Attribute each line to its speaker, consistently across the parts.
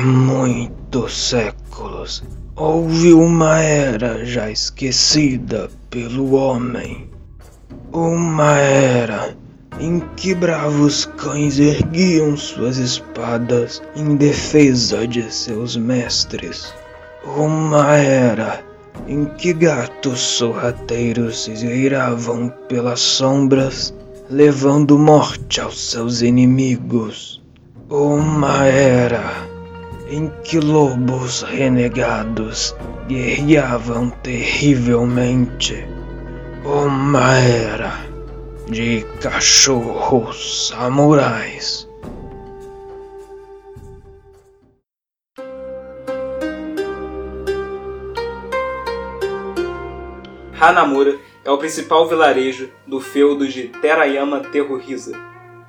Speaker 1: muitos séculos houve uma era já esquecida pelo homem. Uma era em que bravos cães erguiam suas espadas em defesa de seus mestres. Uma era em que gatos sorrateiros se esgueiravam pelas sombras, levando morte aos seus inimigos. Uma era em que lobos renegados guerreavam terrivelmente. Uma era de cachorros samurais.
Speaker 2: Hanamura é o principal vilarejo do feudo de Terayama Terroriza.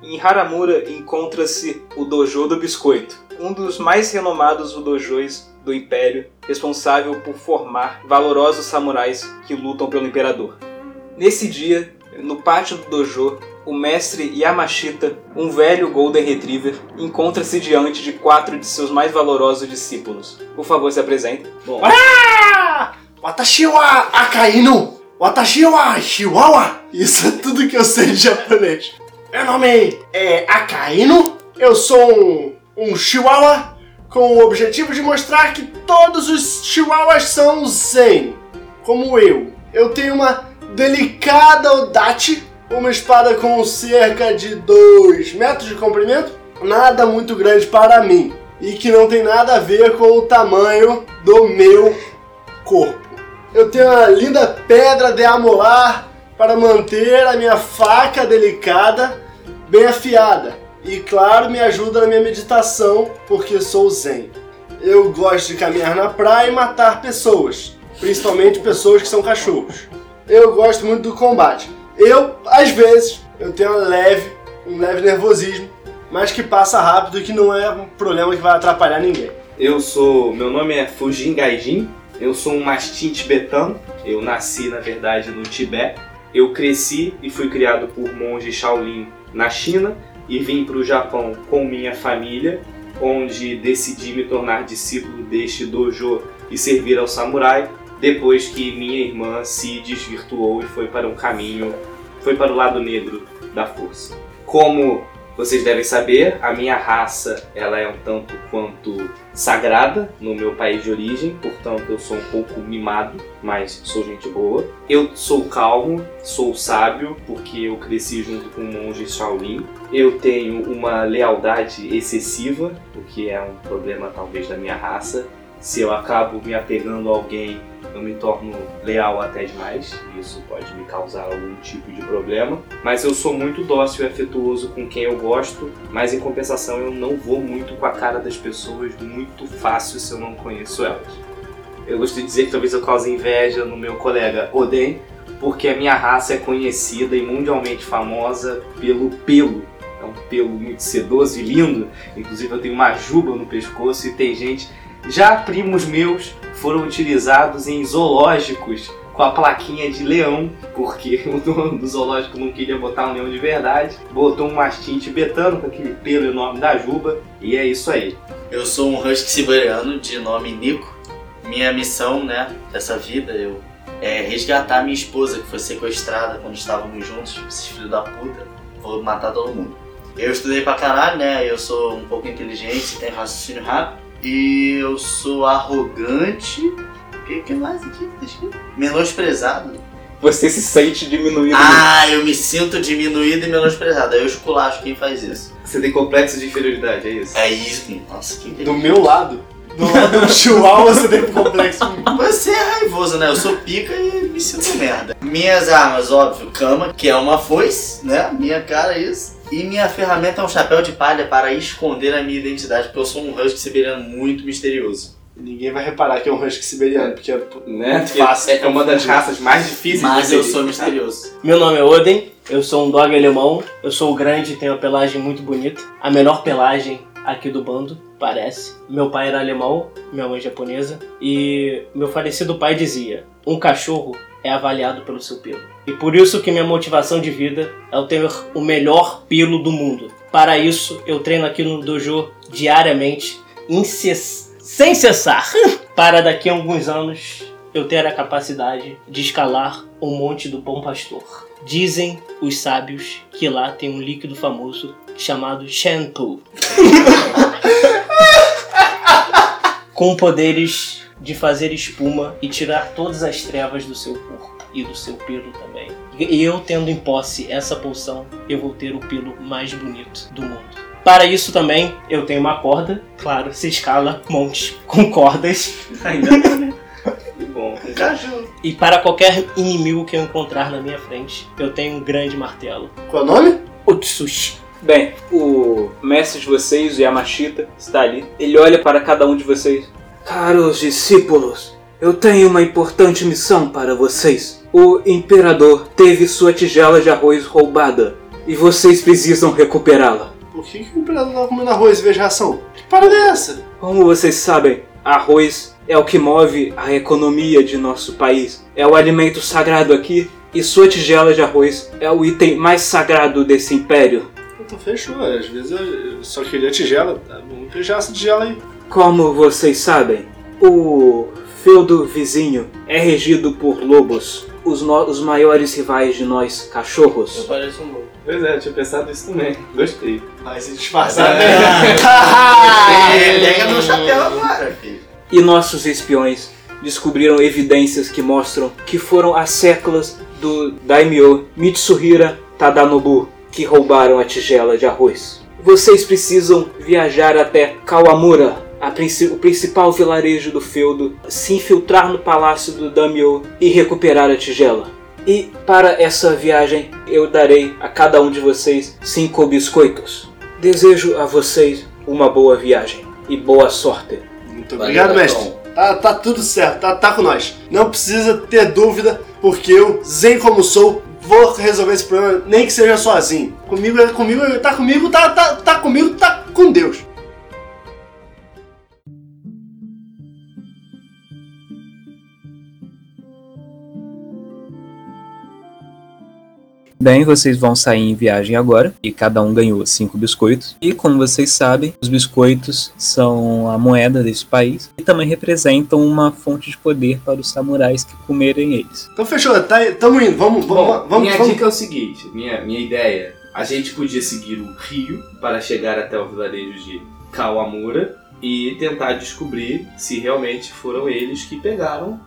Speaker 2: Em Haramura encontra-se o Dojo do Biscoito, um dos mais renomados dojos do Império, responsável por formar valorosos samurais que lutam pelo Imperador. Nesse dia, no pátio do dojo, o mestre Yamashita, um velho Golden Retriever, encontra-se diante de quatro de seus mais valorosos discípulos. Por favor, se apresentem.
Speaker 3: Bom. Ah! Watashi wa Akainu! Watashi wa Chihuahua! Isso é tudo que eu sei de japonês. Meu nome é Akainu, eu sou um, um Chihuahua com o objetivo de mostrar que todos os Chihuahuas são zen, como eu. Eu tenho uma delicada odate, uma espada com cerca de 2 metros de comprimento, nada muito grande para mim e que não tem nada a ver com o tamanho do meu corpo. Eu tenho uma linda pedra de amolar para manter a minha faca delicada bem afiada e, claro, me ajuda na minha meditação porque sou zen. Eu gosto de caminhar na praia e matar pessoas, principalmente pessoas que são cachorros. Eu gosto muito do combate. Eu, às vezes, eu tenho uma leve, um leve nervosismo, mas que passa rápido e que não é um problema que vai atrapalhar ninguém.
Speaker 4: Eu sou. Meu nome é Fujin Gaijin. Eu sou um mastim tibetano. Eu nasci, na verdade, no Tibete. Eu cresci e fui criado por monge Shaolin na China e vim para o Japão com minha família, onde decidi me tornar discípulo deste dojo e servir ao samurai. Depois que minha irmã se desvirtuou e foi para um caminho, foi para o lado negro da força. Como vocês devem saber, a minha raça ela é um tanto quanto sagrada no meu país de origem, portanto eu sou um pouco mimado, mas sou gente boa. Eu sou calmo, sou sábio, porque eu cresci junto com o monge Shaolin. Eu tenho uma lealdade excessiva, o que é um problema talvez da minha raça. Se eu acabo me apegando a alguém, eu me torno leal até demais, e isso pode me causar algum tipo de problema. Mas eu sou muito dócil e afetuoso com quem eu gosto, mas em compensação eu não vou muito com a cara das pessoas muito fácil se eu não conheço elas. Eu gosto de dizer que talvez eu cause inveja no meu colega Oden, porque a minha raça é conhecida e mundialmente famosa pelo pelo. É um pelo muito sedoso e lindo, inclusive eu tenho uma juba no pescoço e tem gente já primos meus foram utilizados em zoológicos com a plaquinha de leão, porque o dono do zoológico não queria botar um leão de verdade, botou um mastim tibetano com aquele pelo enorme da juba, e é isso aí.
Speaker 5: Eu sou um husky siberiano de nome Nico. Minha missão, né, dessa vida, eu é resgatar minha esposa que foi sequestrada quando estávamos juntos, esses filhos da puta. Vou matar todo mundo. Eu estudei pra caralho, né? Eu sou um pouco inteligente, tenho raciocínio rápido. E eu sou arrogante. O que, que mais aqui? Tá escrito? Menosprezado.
Speaker 2: Você se sente diminuído.
Speaker 5: Ah, eu me sinto diminuído e menosprezado. Aí eu esculacho quem faz isso.
Speaker 4: Você tem complexo de inferioridade, é isso?
Speaker 5: É isso. Nossa, que
Speaker 3: Do meu lado, do lado do Chihuahua, você tem um complexo.
Speaker 5: Você é raivoso, né? Eu sou pica e me sinto merda. Minhas armas, óbvio, cama, que é uma foice, né? Minha cara é isso. E minha ferramenta é um chapéu de palha para esconder a minha identidade, porque eu sou um husky siberiano muito misterioso.
Speaker 3: Ninguém vai reparar que é um husky siberiano, porque é
Speaker 4: Né? Porque
Speaker 3: Fácil.
Speaker 4: É uma das raças mais difíceis
Speaker 5: Mas
Speaker 4: de
Speaker 5: eu
Speaker 4: ser-
Speaker 5: sou misterioso.
Speaker 6: Meu nome é Oden, eu sou um dog alemão, eu sou grande e tenho uma pelagem muito bonita, a melhor pelagem aqui do bando, parece. Meu pai era alemão, minha mãe japonesa, e meu falecido pai dizia: um cachorro é avaliado pelo seu pelo. E por isso que minha motivação de vida é eu ter o melhor pelo do mundo. Para isso, eu treino aqui no dojo diariamente inces- sem cessar para daqui a alguns anos eu ter a capacidade de escalar o Monte do Bom Pastor. Dizem os sábios que lá tem um líquido famoso chamado shampoo. com poderes de fazer espuma e tirar todas as trevas do seu corpo e do seu pelo também. E eu tendo em posse essa poção, eu vou ter o pelo mais bonito do mundo. Para isso também, eu tenho uma corda. Claro, se escala montes com cordas.
Speaker 5: Ainda
Speaker 4: Que bom.
Speaker 5: um caju.
Speaker 6: E para qualquer inimigo que eu encontrar na minha frente, eu tenho um grande martelo.
Speaker 3: Qual é o nome?
Speaker 6: Utsushi.
Speaker 2: Bem, o mestre de vocês, o Yamashita, está ali. Ele olha para cada um de vocês. Caros discípulos, eu tenho uma importante missão para vocês. O imperador teve sua tigela de arroz roubada e vocês precisam recuperá-la.
Speaker 3: Por que, que o imperador tava comendo arroz e veja ração? Que parada é essa?
Speaker 2: Como vocês sabem, arroz é o que move a economia de nosso país. É o alimento sagrado aqui e sua tigela de arroz é o item mais sagrado desse império.
Speaker 3: Então fechou, é, às vezes eu eu só queria tigela. Tá bom, veja essa tigela aí.
Speaker 2: Como vocês sabem, o feudo vizinho é regido por lobos, os, no- os maiores rivais de nós,
Speaker 5: Eu
Speaker 2: cachorros.
Speaker 5: pareço um louco.
Speaker 4: Pois é, eu tinha pensado nisso também. Gostei.
Speaker 3: Vai se
Speaker 5: É.
Speaker 3: disfarçar.
Speaker 2: né? Ah!
Speaker 5: Ele pega meu chapéu agora, filho.
Speaker 2: E nossos espiões descobriram evidências que mostram que foram as séculas do daimyo Mitsuhira Tadanobu que roubaram a tigela de arroz. Vocês precisam viajar até Kawamura, a princi- o principal vilarejo do feudo, se infiltrar no palácio do daimyo e recuperar a tigela. E para essa viagem eu darei a cada um de vocês cinco biscoitos. Desejo a vocês uma boa viagem e boa sorte.
Speaker 3: Muito obrigado,
Speaker 5: Valeu,
Speaker 3: mestre.
Speaker 5: Tom.
Speaker 3: Tá, tá tudo certo, tá, tá com nós. Não precisa ter dúvida, porque eu, zen como sou, vou resolver esse problema, nem que seja sozinho. Comigo é comigo, é- tá comigo, tá, tá, tá comigo, tá com Deus.
Speaker 7: Bem, vocês vão sair em viagem agora e cada um ganhou cinco biscoitos. E como vocês sabem, os biscoitos são a moeda desse país e também representam uma fonte de poder para os samurais que comerem eles.
Speaker 3: Então fechou, tá, tamo indo, vamos, vamos,
Speaker 4: Bom,
Speaker 3: vamos,
Speaker 4: minha
Speaker 3: vamos.
Speaker 4: dica é o seguinte, minha, minha ideia, a gente podia seguir o rio para chegar até o vilarejo de Kawamura e tentar descobrir se realmente foram eles que pegaram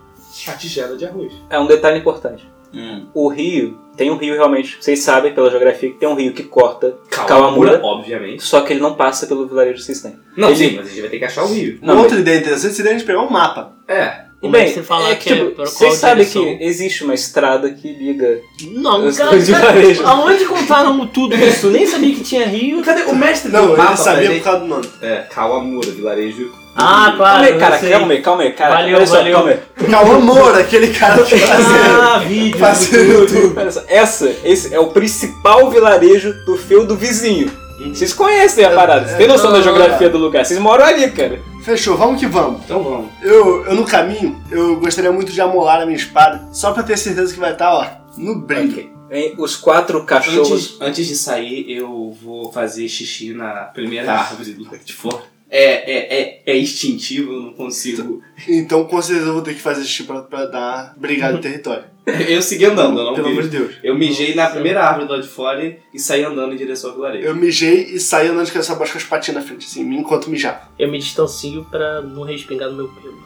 Speaker 4: a tigela de arroz.
Speaker 2: É um detalhe importante.
Speaker 5: Hum.
Speaker 2: O rio, tem um rio realmente, vocês sabem pela geografia que tem um rio que corta Kawamura,
Speaker 4: Kawamura, obviamente.
Speaker 2: só que ele não passa pelo vilarejo Sistem.
Speaker 4: Não,
Speaker 2: Ele-
Speaker 4: sim, mas a gente vai ter que achar o rio.
Speaker 2: Não,
Speaker 3: Outra ideia interessante seria a gente pegar um mapa.
Speaker 4: É,
Speaker 2: E
Speaker 6: Como é
Speaker 2: bem,
Speaker 6: que você fala
Speaker 2: é
Speaker 6: que é
Speaker 2: tipo,
Speaker 6: pra qual
Speaker 2: vocês sabem que
Speaker 6: direção?
Speaker 2: existe uma estrada que liga.
Speaker 6: Não,
Speaker 2: Os
Speaker 6: cara,
Speaker 2: dois de varejo.
Speaker 6: cara, aonde contaram tudo isso? Nem sabia que tinha rio.
Speaker 4: cadê o mestre
Speaker 3: Não,
Speaker 4: mapa
Speaker 3: ele sabia
Speaker 4: pra
Speaker 3: por
Speaker 4: gente?
Speaker 3: causa do nome.
Speaker 4: É, Kawamura, vilarejo.
Speaker 6: Ah,
Speaker 2: calma
Speaker 6: claro.
Speaker 2: aí, cara,
Speaker 6: eu sei.
Speaker 2: calma aí, calma aí, cara.
Speaker 6: Valeu,
Speaker 2: Olha só,
Speaker 6: valeu.
Speaker 2: calma aí.
Speaker 3: Calma, é amor, aquele cara que fazia.
Speaker 6: Ah, vídeo.
Speaker 3: fazia
Speaker 6: do YouTube.
Speaker 3: YouTube.
Speaker 2: Olha só, essa, esse é o principal vilarejo do feudo vizinho. Vocês conhecem a parada, vocês têm noção
Speaker 3: não,
Speaker 6: Ah.
Speaker 2: da
Speaker 3: não,
Speaker 2: geografia do lugar, vocês moram ali, cara.
Speaker 3: Fechou, vamos que vamos.
Speaker 4: Então vamos.
Speaker 3: Eu, eu no caminho, eu gostaria muito de amolar a minha espada, só pra ter certeza que vai estar, ó, no brinco.
Speaker 2: Hein, Os quatro cachorros.
Speaker 4: Antes, antes de sair, eu vou fazer xixi na primeira árvore do lado de fora. Ah. É, é, é, é instintivo, eu não consigo.
Speaker 3: Então, com certeza, eu vou ter que fazer xixi pra, pra dar brigada
Speaker 4: Uhum.
Speaker 3: no território.
Speaker 4: Eu segui andando, eu não
Speaker 3: Pelo
Speaker 4: vi.
Speaker 3: amor de Deus.
Speaker 4: Eu mijei na primeira árvore do lado de fora e- e saí andando em direção ao vilarejo.
Speaker 3: Eu mijei e saí andando com essa bosta com as patinhas na frente, assim, enquanto mijava.
Speaker 6: Eu me distancio pra não respingar no meu pelo.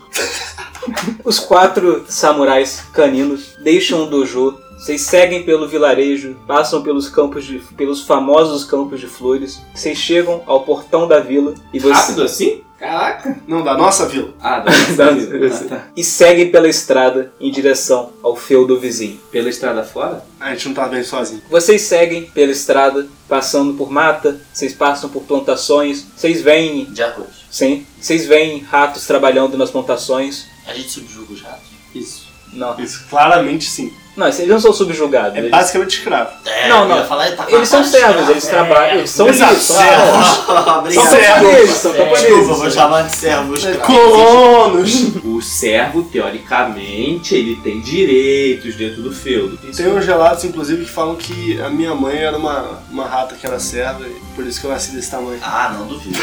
Speaker 2: Os quatro samurais caninos deixam o dojo, vocês seguem pelo vilarejo, passam pelos campos de, pelos famosos campos de flores, vocês chegam ao portão da vila e vocês
Speaker 4: Rápido assim? Caraca!
Speaker 3: Não, da nossa vila.
Speaker 4: Ah, dá pra
Speaker 2: Dá
Speaker 4: sair.
Speaker 2: pra sair.
Speaker 4: Ah, tá.
Speaker 2: e seguem pela estrada em direção ao feudo vizinho.
Speaker 4: Pela estrada fora?
Speaker 3: A gente não tava bem sozinho.
Speaker 2: Vocês seguem pela estrada, passando por mata, vocês passam por plantações, vocês veem,
Speaker 5: De arroz.
Speaker 2: sim, vocês veem ratos trabalhando nas plantações.
Speaker 5: A gente subjuga os ratos.
Speaker 4: Isso.
Speaker 2: Não,
Speaker 3: Isso, claramente sim.
Speaker 2: não, eles não são subjugados.
Speaker 3: É
Speaker 2: eles-
Speaker 3: basicamente escravo.
Speaker 5: É,
Speaker 2: Não,
Speaker 5: eu
Speaker 2: não.
Speaker 5: ia Falar, ele tá com
Speaker 2: Eles são
Speaker 5: a
Speaker 2: servos,
Speaker 5: cara,
Speaker 2: eles trabalham, É, eles
Speaker 4: Então é
Speaker 2: são
Speaker 3: Exato,
Speaker 2: livres, são
Speaker 3: servos.
Speaker 5: Obrigado.
Speaker 2: São camponeses, são
Speaker 5: É,
Speaker 2: camponeses.
Speaker 5: Desculpa, vou chamar de servos. cara.
Speaker 3: Colonos!
Speaker 4: O servo, teoricamente, ele tem direitos dentro do feudo. Isso
Speaker 3: Tem uns relatos, inclusive, que falam que a minha mãe era uma, uma rata que era serva, e por isso que eu nasci desse tamanho.
Speaker 5: Ah, não duvido.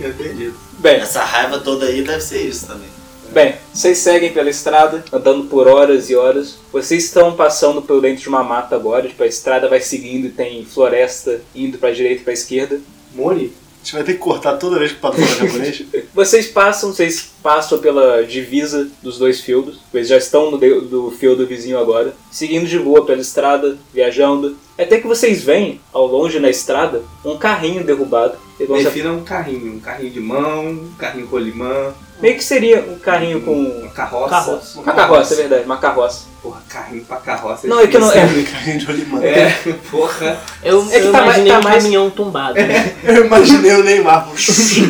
Speaker 3: Eu acredito.
Speaker 2: Bem,
Speaker 5: Essa raiva toda aí deve ser isso também.
Speaker 2: Bem, vocês seguem pela estrada, andando por horas e horas. Vocês estão passando por dentro de uma mata agora, tipo, a estrada vai seguindo e tem floresta indo pra direita e pra esquerda.
Speaker 4: Mori?
Speaker 3: A gente vai ter que cortar toda vez que o patrão é japonês.
Speaker 2: Vocês passam, vocês passam pela divisa dos dois feudos. Vocês já estão no de- do feudo vizinho agora, seguindo de boa pela estrada, viajando. Até que vocês veem, ao longe na estrada, um carrinho derrubado. Vocês vão se-
Speaker 4: Defina um carrinho. Um carrinho de mão, um carrinho rolimã,
Speaker 2: Meio que seria um carrinho com.
Speaker 4: uma carroça.
Speaker 6: Carroça.
Speaker 2: Uma carroça, é verdade, uma carroça.
Speaker 4: Porra, carrinho pra carroça.
Speaker 2: Não, é que eu não-
Speaker 4: difícil.
Speaker 3: Carrinho de rolimã.
Speaker 4: É, porra.
Speaker 6: Eu,
Speaker 2: É que
Speaker 6: eu
Speaker 2: tá mais-
Speaker 6: imaginei
Speaker 2: tá
Speaker 6: um
Speaker 2: mais- É,
Speaker 6: caminhão tombado.
Speaker 3: Eu imaginei o Neymar pô,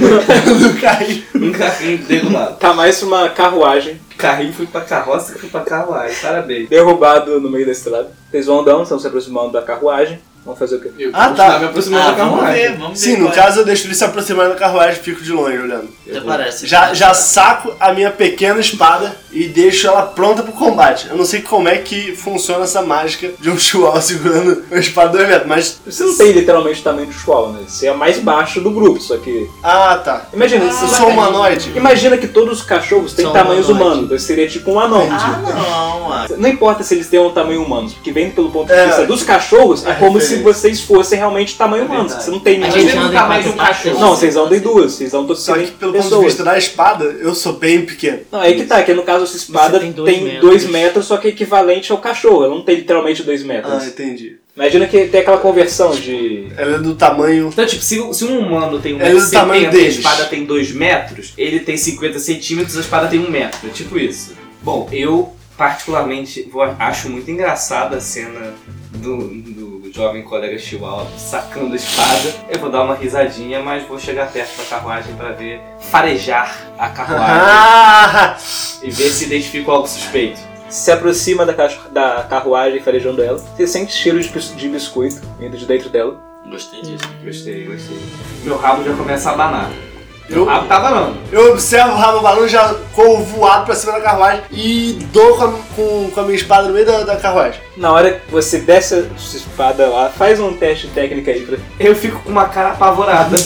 Speaker 3: do carrinho.
Speaker 4: Um carrinho derrubado.
Speaker 2: Tá mais uma carruagem
Speaker 4: Carrinho foi pra carroça, foi pra carruagem. Parabéns.
Speaker 2: derrubado no meio da estrada. Vocês vão andando, estão se aproximando da carruagem. Vão fazer o quê?
Speaker 4: Eu
Speaker 3: Ah,
Speaker 4: vou
Speaker 3: tá.
Speaker 4: continuar me aproximando da
Speaker 5: vamos
Speaker 4: carruagem.
Speaker 5: ver, vamos ver.
Speaker 3: Sim, no
Speaker 5: qual é.
Speaker 3: caso eu deixo ele se aproximando da carruagem e fico de longe olhando.
Speaker 5: Até parece. Ah,
Speaker 3: Já, já saco a minha pequena espada e deixo ela pronta pro combate. Eu não sei como é que funciona essa mágica de um chihuahua segurando uma espada de dois metros, mas.
Speaker 2: Você não tem literalmente o tamanho de Chihuahua, né? Você é mais baixo do grupo, só que.
Speaker 3: Ah, tá.
Speaker 2: Imagina,
Speaker 3: Eu
Speaker 2: você
Speaker 3: sou humanoide.
Speaker 2: imagina que todos os cachorros têm
Speaker 5: São
Speaker 2: tamanhos
Speaker 5: humanoide.
Speaker 2: humanos. Então seria tipo um anão.
Speaker 5: Ah, não. ah.
Speaker 2: Não importa se eles têm um tamanho humano, porque vendo pelo ponto de
Speaker 3: É,
Speaker 2: vista dos cachorros, é
Speaker 3: a
Speaker 2: como
Speaker 3: referência.
Speaker 2: se vocês fossem realmente tamanho humano.
Speaker 4: verdade.
Speaker 2: Você não tem
Speaker 6: A
Speaker 4: Mas
Speaker 6: gente
Speaker 4: ele não
Speaker 6: anda
Speaker 4: tá
Speaker 6: em
Speaker 4: mais
Speaker 6: quatro
Speaker 4: um cachorro.
Speaker 6: patas.
Speaker 2: Não, vocês andam em duas, vocês andam todos
Speaker 3: Só que pelo ponto de
Speaker 2: pessoas.
Speaker 3: vista da espada, eu sou bem pequeno.
Speaker 2: Não, é que tá, que no caso essa espada tem
Speaker 6: tem
Speaker 2: dois
Speaker 6: dois
Speaker 2: metros.
Speaker 6: metros.
Speaker 2: só que equivalente ao cachorro. Ela não tem literalmente dois metros.
Speaker 3: Ah, entendi.
Speaker 2: Imagina que tem aquela conversão de.
Speaker 3: Ela é do tamanho.
Speaker 4: Então, tipo, se, se um humano tem 1,70m
Speaker 3: É do tamanho
Speaker 4: e a
Speaker 3: deles.
Speaker 4: espada tem 2 metros, ele tem 50 centímetros a espada tem 1 metro. É tipo isso. Bom, eu particularmente vou- acho muito engraçada a cena do, do jovem colega Chihuahua sacando a espada. Eu vou dar uma risadinha, mas vou chegar perto da carruagem pra ver, farejar a carruagem
Speaker 3: Ah!
Speaker 4: e ver se identifico algo suspeito.
Speaker 2: se aproxima da, caixa- da carruagem farejando ela. Você sente cheiro de, bis- de biscoito vindo de dentro dela.
Speaker 5: Gostei disso.
Speaker 4: Gostei, gostei. Meu rabo já começa a abanar. Meu
Speaker 3: Eu,
Speaker 4: rabo tá abanando.
Speaker 3: eu observo o rabo balão já corro voado pra cima da carruagem e dou com a, com, com a minha espada no meio da, da carruagem.
Speaker 2: Na hora que você desce a sua espada lá, faz um teste técnico aí pra.
Speaker 4: Eu fico com uma cara apavorada.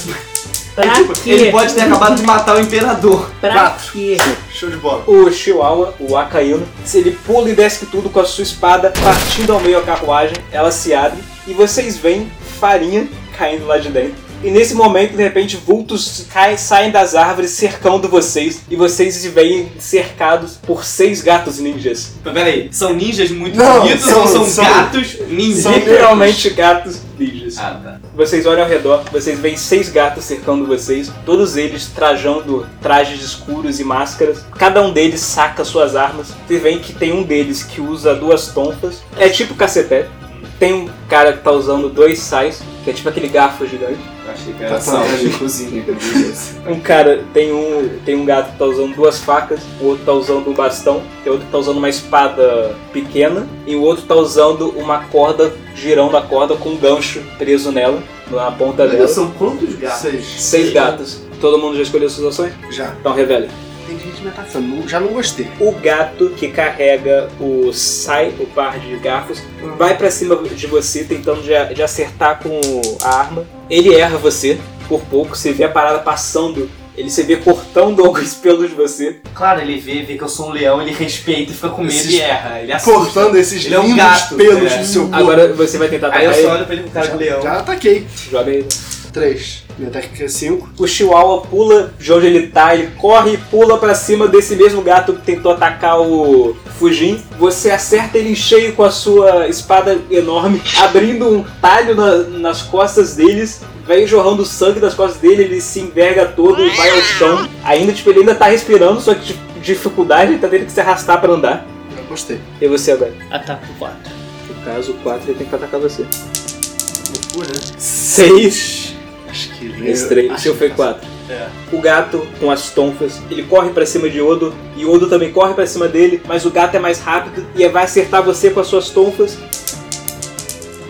Speaker 6: Pra
Speaker 2: tipo,
Speaker 6: quê?
Speaker 4: Ele pode ter acabado de matar o imperador.
Speaker 6: Pra
Speaker 3: Quatro.
Speaker 6: quê?
Speaker 3: Show de bola.
Speaker 2: O Chihuahua, o Akaino, se ele pula e desce tudo com a sua espada, partindo ao meio a carruagem, ela se abre e vocês veem farinha caindo lá de dentro. E nesse momento, de repente, vultos caem, saem das árvores cercando vocês e vocês se veem cercados por seis gatos ninjas.
Speaker 4: Mas peraí, são ninjas muito
Speaker 3: Não,
Speaker 4: bonitos
Speaker 3: são-
Speaker 4: ou são,
Speaker 3: são-
Speaker 4: gatos ninjas?
Speaker 3: são-
Speaker 2: Literalmente gatos ninjas.
Speaker 4: Ah, tá.
Speaker 2: Vocês olham ao redor, vocês veem seis gatos cercando vocês, todos eles trajando trajes escuros e máscaras. Cada um deles saca suas armas. Vocês veem que tem um deles que usa duas tonfas. É tipo cacete. Tem um cara que tá usando dois sais, que é tipo aquele garfo gigante.
Speaker 4: Eu achei que
Speaker 3: Tá
Speaker 4: era salva
Speaker 3: falando.
Speaker 4: de cozinha. meu Deus.
Speaker 2: Um cara tem um, tem um gato que tá usando duas facas, o outro tá usando um bastão, tem outro que tá usando uma espada pequena, e o outro tá usando uma corda, girão da corda com um gancho preso nela, na ponta
Speaker 4: Meu
Speaker 2: dela.
Speaker 4: Deus, são quantos gatos?
Speaker 3: Seis.
Speaker 2: Seis gatos. Todo mundo já escolheu suas ações?
Speaker 3: Já.
Speaker 2: Então revela.
Speaker 3: Tem gente me atacando. não- Já não gostei.
Speaker 2: O gato que carrega o sai, o par de garfos, vai pra cima de você tentando de, de acertar com a arma. Ele erra você por pouco, você vê a parada passando, ele se vê cortando alguns pelos de você.
Speaker 4: Claro, ele vê, vê que eu sou um leão, ele respeita, fica com medo
Speaker 3: Esses-
Speaker 4: e erra. Ele assusta.
Speaker 3: Cortando esses
Speaker 4: Ele é um
Speaker 3: lindos
Speaker 4: gato,
Speaker 3: pelos
Speaker 4: é.
Speaker 3: do seu corpo.
Speaker 2: Agora você vai tentar
Speaker 4: Aí eu
Speaker 2: atacar
Speaker 4: só
Speaker 2: ele.
Speaker 4: olho pra ele com cara de
Speaker 3: já,
Speaker 4: um leão.
Speaker 3: já ataquei.
Speaker 2: Joga ele.
Speaker 3: Três. Minha técnica é cinco.
Speaker 2: O Chihuahua pula de onde ele tá, ele corre e pula pra cima desse mesmo gato que tentou atacar o Fujin. Você acerta ele em cheio com a sua espada enorme, abrindo um talho na- nas costas deles. Vai jorrando sangue das costas dele, ele se enverga todo e vai ao chão. Ainda, tipo, ele ainda tá respirando, só que de dificuldade, ele tá tendo que se arrastar pra andar.
Speaker 3: Já gostei.
Speaker 2: E você agora?
Speaker 6: Ataco 4.
Speaker 2: No caso, o 4 ele tem que atacar você.
Speaker 3: Loucura. né?
Speaker 2: 6!
Speaker 3: Acho que
Speaker 2: Esse três, o
Speaker 3: acho
Speaker 2: seu
Speaker 3: que
Speaker 2: foi
Speaker 3: tá
Speaker 2: quatro.
Speaker 3: É.
Speaker 2: O gato com as tonfas, ele corre pra cima de Odo e Odo também corre pra cima dele, mas o gato é mais rápido e vai acertar você com as suas tonfas.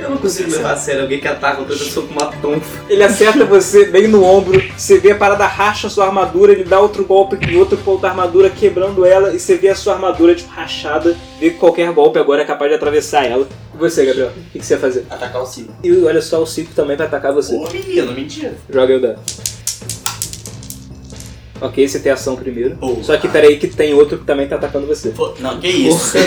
Speaker 4: Eu não consigo
Speaker 5: é
Speaker 4: levar a sério alguém que ataca outra pessoa com uma tonfa.
Speaker 2: Ele acerta você bem no ombro, você vê a parada racha a sua armadura, ele dá outro golpe em outro ponto da armadura, quebrando ela, e você vê a sua armadura tipo rachada, vê que qualquer golpe agora é capaz de atravessar ela. E você, Gabriel, o que, que você vai fazer?
Speaker 5: Atacar o Ciro.
Speaker 2: E olha só, o Cico também vai atacar você.
Speaker 5: Ô menino, mentira.
Speaker 2: Joga aí o dano. Ok, você tem ação primeiro.
Speaker 5: Boa.
Speaker 2: Só que peraí que tem outro que também tá atacando você.
Speaker 5: Pô, não, que isso?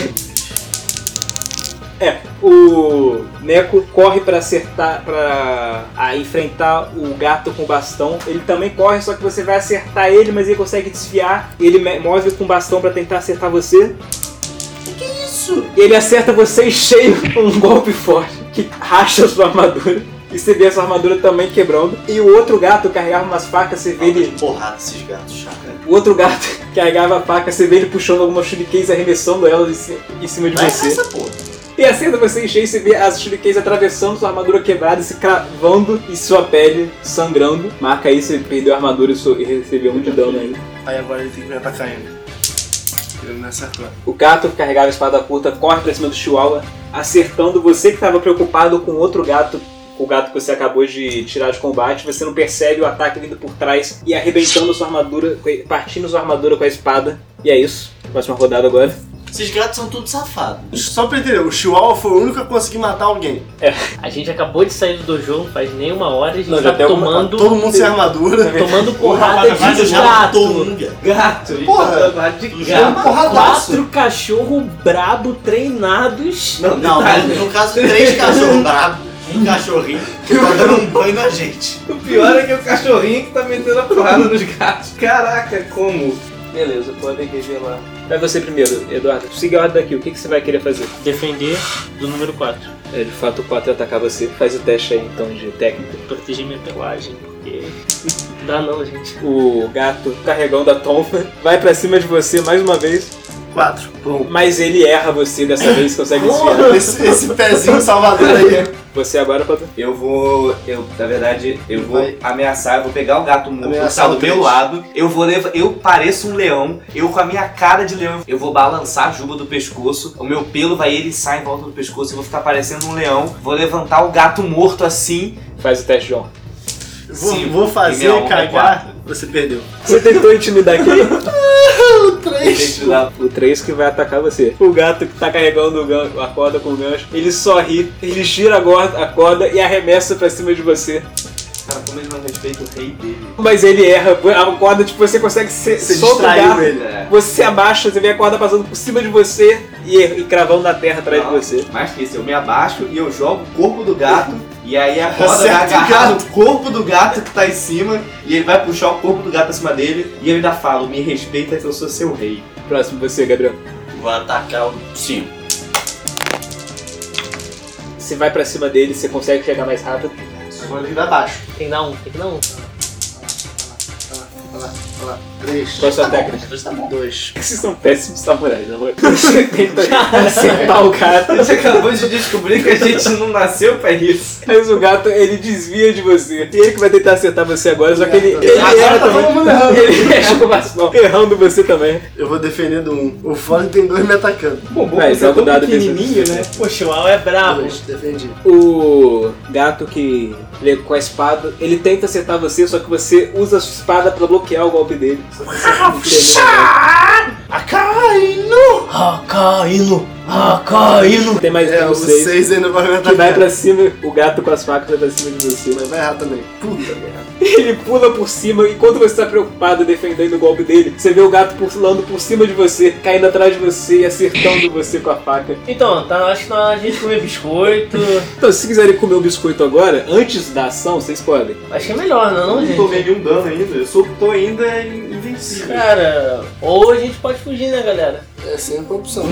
Speaker 2: É, o Neko corre pra acertar, pra a enfrentar o gato com o bastão. Ele também corre, só que você vai acertar ele, mas ele consegue desviar. Ele me- move com o bastão pra tentar acertar você.
Speaker 5: Isso!
Speaker 2: E ele acerta você em cheio com um golpe forte que racha a sua armadura. E você vê a sua armadura também quebrando. E o outro gato carregava umas facas, você vê ele.
Speaker 5: De porrada esses gatos, chaca.
Speaker 2: O outro gato carregava a faca, você vê ele puxando algumas shurikens e arremessando elas em ci- em cima de
Speaker 5: Vai
Speaker 2: você.
Speaker 5: essa porra.
Speaker 2: E acerta você em cheio, você vê as shurikens atravessando sua armadura quebrada, se cravando e sua pele sangrando. Marca aí, você perdeu a armadura e so- e recebeu um de dano ainda.
Speaker 3: Aí agora ele tem que me atacar ainda. Ele não acertou.
Speaker 2: O gato que carregava a espada curta corre pra cima do Chihuahua, acertando você que estava preocupado com outro gato, o gato que você acabou de tirar de combate. Você não percebe o ataque vindo por trás e arrebentando sua armadura, partindo sua armadura com a espada. E é isso. Próxima rodada agora.
Speaker 5: Esses gatos são tudo safados.
Speaker 3: Só pra entender, o Chihuahua foi o único a conseguir matar alguém.
Speaker 6: A gente acabou de sair do dojo, não faz nem uma hora, a gente
Speaker 2: Não, já
Speaker 6: tá
Speaker 2: tem alguma-
Speaker 6: tomando,
Speaker 3: Todo mundo sem armadura.
Speaker 6: tomando porrada
Speaker 5: Porrada
Speaker 6: de
Speaker 2: tá
Speaker 6: gato.
Speaker 5: É um, cara.
Speaker 2: Gato! gente
Speaker 3: Porra!
Speaker 2: tá dando lado de
Speaker 3: Foi um porradaço.
Speaker 6: Quatro cachorros brabo treinados.
Speaker 5: Não, mas no caso, três cachorros bravos, um cachorrinho, que tá dando um banho na gente.
Speaker 4: O pior é que é o cachorrinho que tá metendo a porrada nos gatos. Caraca, como?
Speaker 2: Beleza, podem revelar. Vai você primeiro, Eduardo. Siga a ordem daqui. O que, que você vai querer fazer?
Speaker 6: Defender do número 4.
Speaker 2: É, de fato, o 4 atacar você. Faz o teste aí, então, de técnica.
Speaker 6: Proteger minha pelagem, porque. Não dá não, gente.
Speaker 2: O gato carregão da tonfa vai pra cima de você mais uma vez,
Speaker 3: Quatro. Pum.
Speaker 2: mas ele erra você dessa vez, consegue desviar.
Speaker 3: Esse, esse pezinho salvador aí.
Speaker 2: Você agora pode.
Speaker 4: Eu vou. Eu, na verdade, eu vou
Speaker 3: Vai.
Speaker 4: ameaçar, eu vou pegar o gato morto que
Speaker 3: Ameaçar
Speaker 4: tá do
Speaker 3: o bicho.
Speaker 4: meu lado, eu vou levar. Eu pareço um leão, eu com a minha cara de leão, eu vou balançar a juba do pescoço, o meu pelo vai ele sai em volta do pescoço, eu vou ficar parecendo um leão, vou levantar o gato morto assim.
Speaker 2: Faz o teste, João.
Speaker 3: Vou,
Speaker 4: Cinco.
Speaker 3: vou
Speaker 4: E minha
Speaker 3: fazer
Speaker 4: honra é
Speaker 3: cagar. Você perdeu.
Speaker 2: Você tentou intimidar aqui
Speaker 4: Deixa eu dar-
Speaker 2: o 3 que vai atacar você. O gato que tá carregando o gan- a corda com o gancho, ele sorri, ele gira a corda, a corda e arremessa pra cima de você.
Speaker 4: Cara, como ele não respeita o rei dele.
Speaker 2: Mas ele erra, a corda, tipo, você consegue ser
Speaker 3: Você
Speaker 2: solta o
Speaker 3: distraiu
Speaker 2: gato.
Speaker 3: ele.
Speaker 4: É.
Speaker 2: Você abaixa, você vê a corda passando por cima de você e, e cravando na terra atrás de você.
Speaker 4: Mais que isso, eu me abaixo e eu jogo o corpo do gato. E aí a corda vai
Speaker 3: Acerta o
Speaker 4: agarrar no corpo do gato que tá em cima. E ele vai puxar o corpo do gato acima dele. E eu ainda falo, me respeita que eu sou seu rei.
Speaker 2: Próximo você, Gabriel.
Speaker 5: Vou atacar o 5.
Speaker 2: Você vai pra cima dele, você consegue chegar mais rápido.
Speaker 3: Vou ali da baixo.
Speaker 6: Tem que dar um, tem que dar um.
Speaker 3: Olha lá, olha lá. Três.
Speaker 2: Qual é a sua técnica?
Speaker 5: Tá bom.
Speaker 3: Dois.
Speaker 2: Vocês são péssimos samurais, amor. Você tenta acertar o gato,
Speaker 4: A gente acabou de descobrir que a gente não nasceu pra isso.
Speaker 2: mas o gato ele desvia de você. E ele que vai tentar acertar você agora, só que ele, ele
Speaker 3: Agora
Speaker 2: erra
Speaker 3: tá todo mundo errando.
Speaker 2: também. Ele mexe com o bastão, errando você também.
Speaker 3: Eu vou defendendo um. O Fone tem dois me atacando.
Speaker 4: Bom, bom,
Speaker 2: Vai,
Speaker 4: você é
Speaker 2: joga o
Speaker 4: tão
Speaker 2: dado
Speaker 4: pequenininho,
Speaker 2: desse-
Speaker 4: né?
Speaker 6: O Chihuahua é brabo.
Speaker 3: Dois. Defendi.
Speaker 2: O gato que lê com a espada, ele tenta acertar você, só que você usa a sua espada pra bloquear o golpe dele. Só que você
Speaker 4: Ah,
Speaker 2: né? não entendeu nada.
Speaker 3: Acaíno!
Speaker 6: Acaíno! Acaíno!
Speaker 2: Tem mais
Speaker 3: É,
Speaker 2: um
Speaker 3: o
Speaker 2: seis
Speaker 3: seis ainda vai me
Speaker 2: que vai
Speaker 3: atacar.
Speaker 2: pra cima, o gato com as facas vai pra cima de você.
Speaker 3: Mas vai errar também. Puta merda.
Speaker 2: Ele pula por cima, enquanto você tá preocupado defendendo o golpe dele, você vê o gato pulando por cima de você, caindo atrás de você e acertando você com a faca.
Speaker 6: Então, tá, acho que tá a gente comer biscoito.
Speaker 2: Então, se quiserem comer o biscoito agora, antes da ação, vocês podem.
Speaker 6: Acho que é melhor, não, é
Speaker 4: Eu
Speaker 6: não
Speaker 4: não
Speaker 6: gente?
Speaker 4: tomei nenhum dano ainda. Eu sou, tô ainda invencível.
Speaker 6: Cara, ou a gente pode fugir, né, galera?
Speaker 3: É sempre uma opção.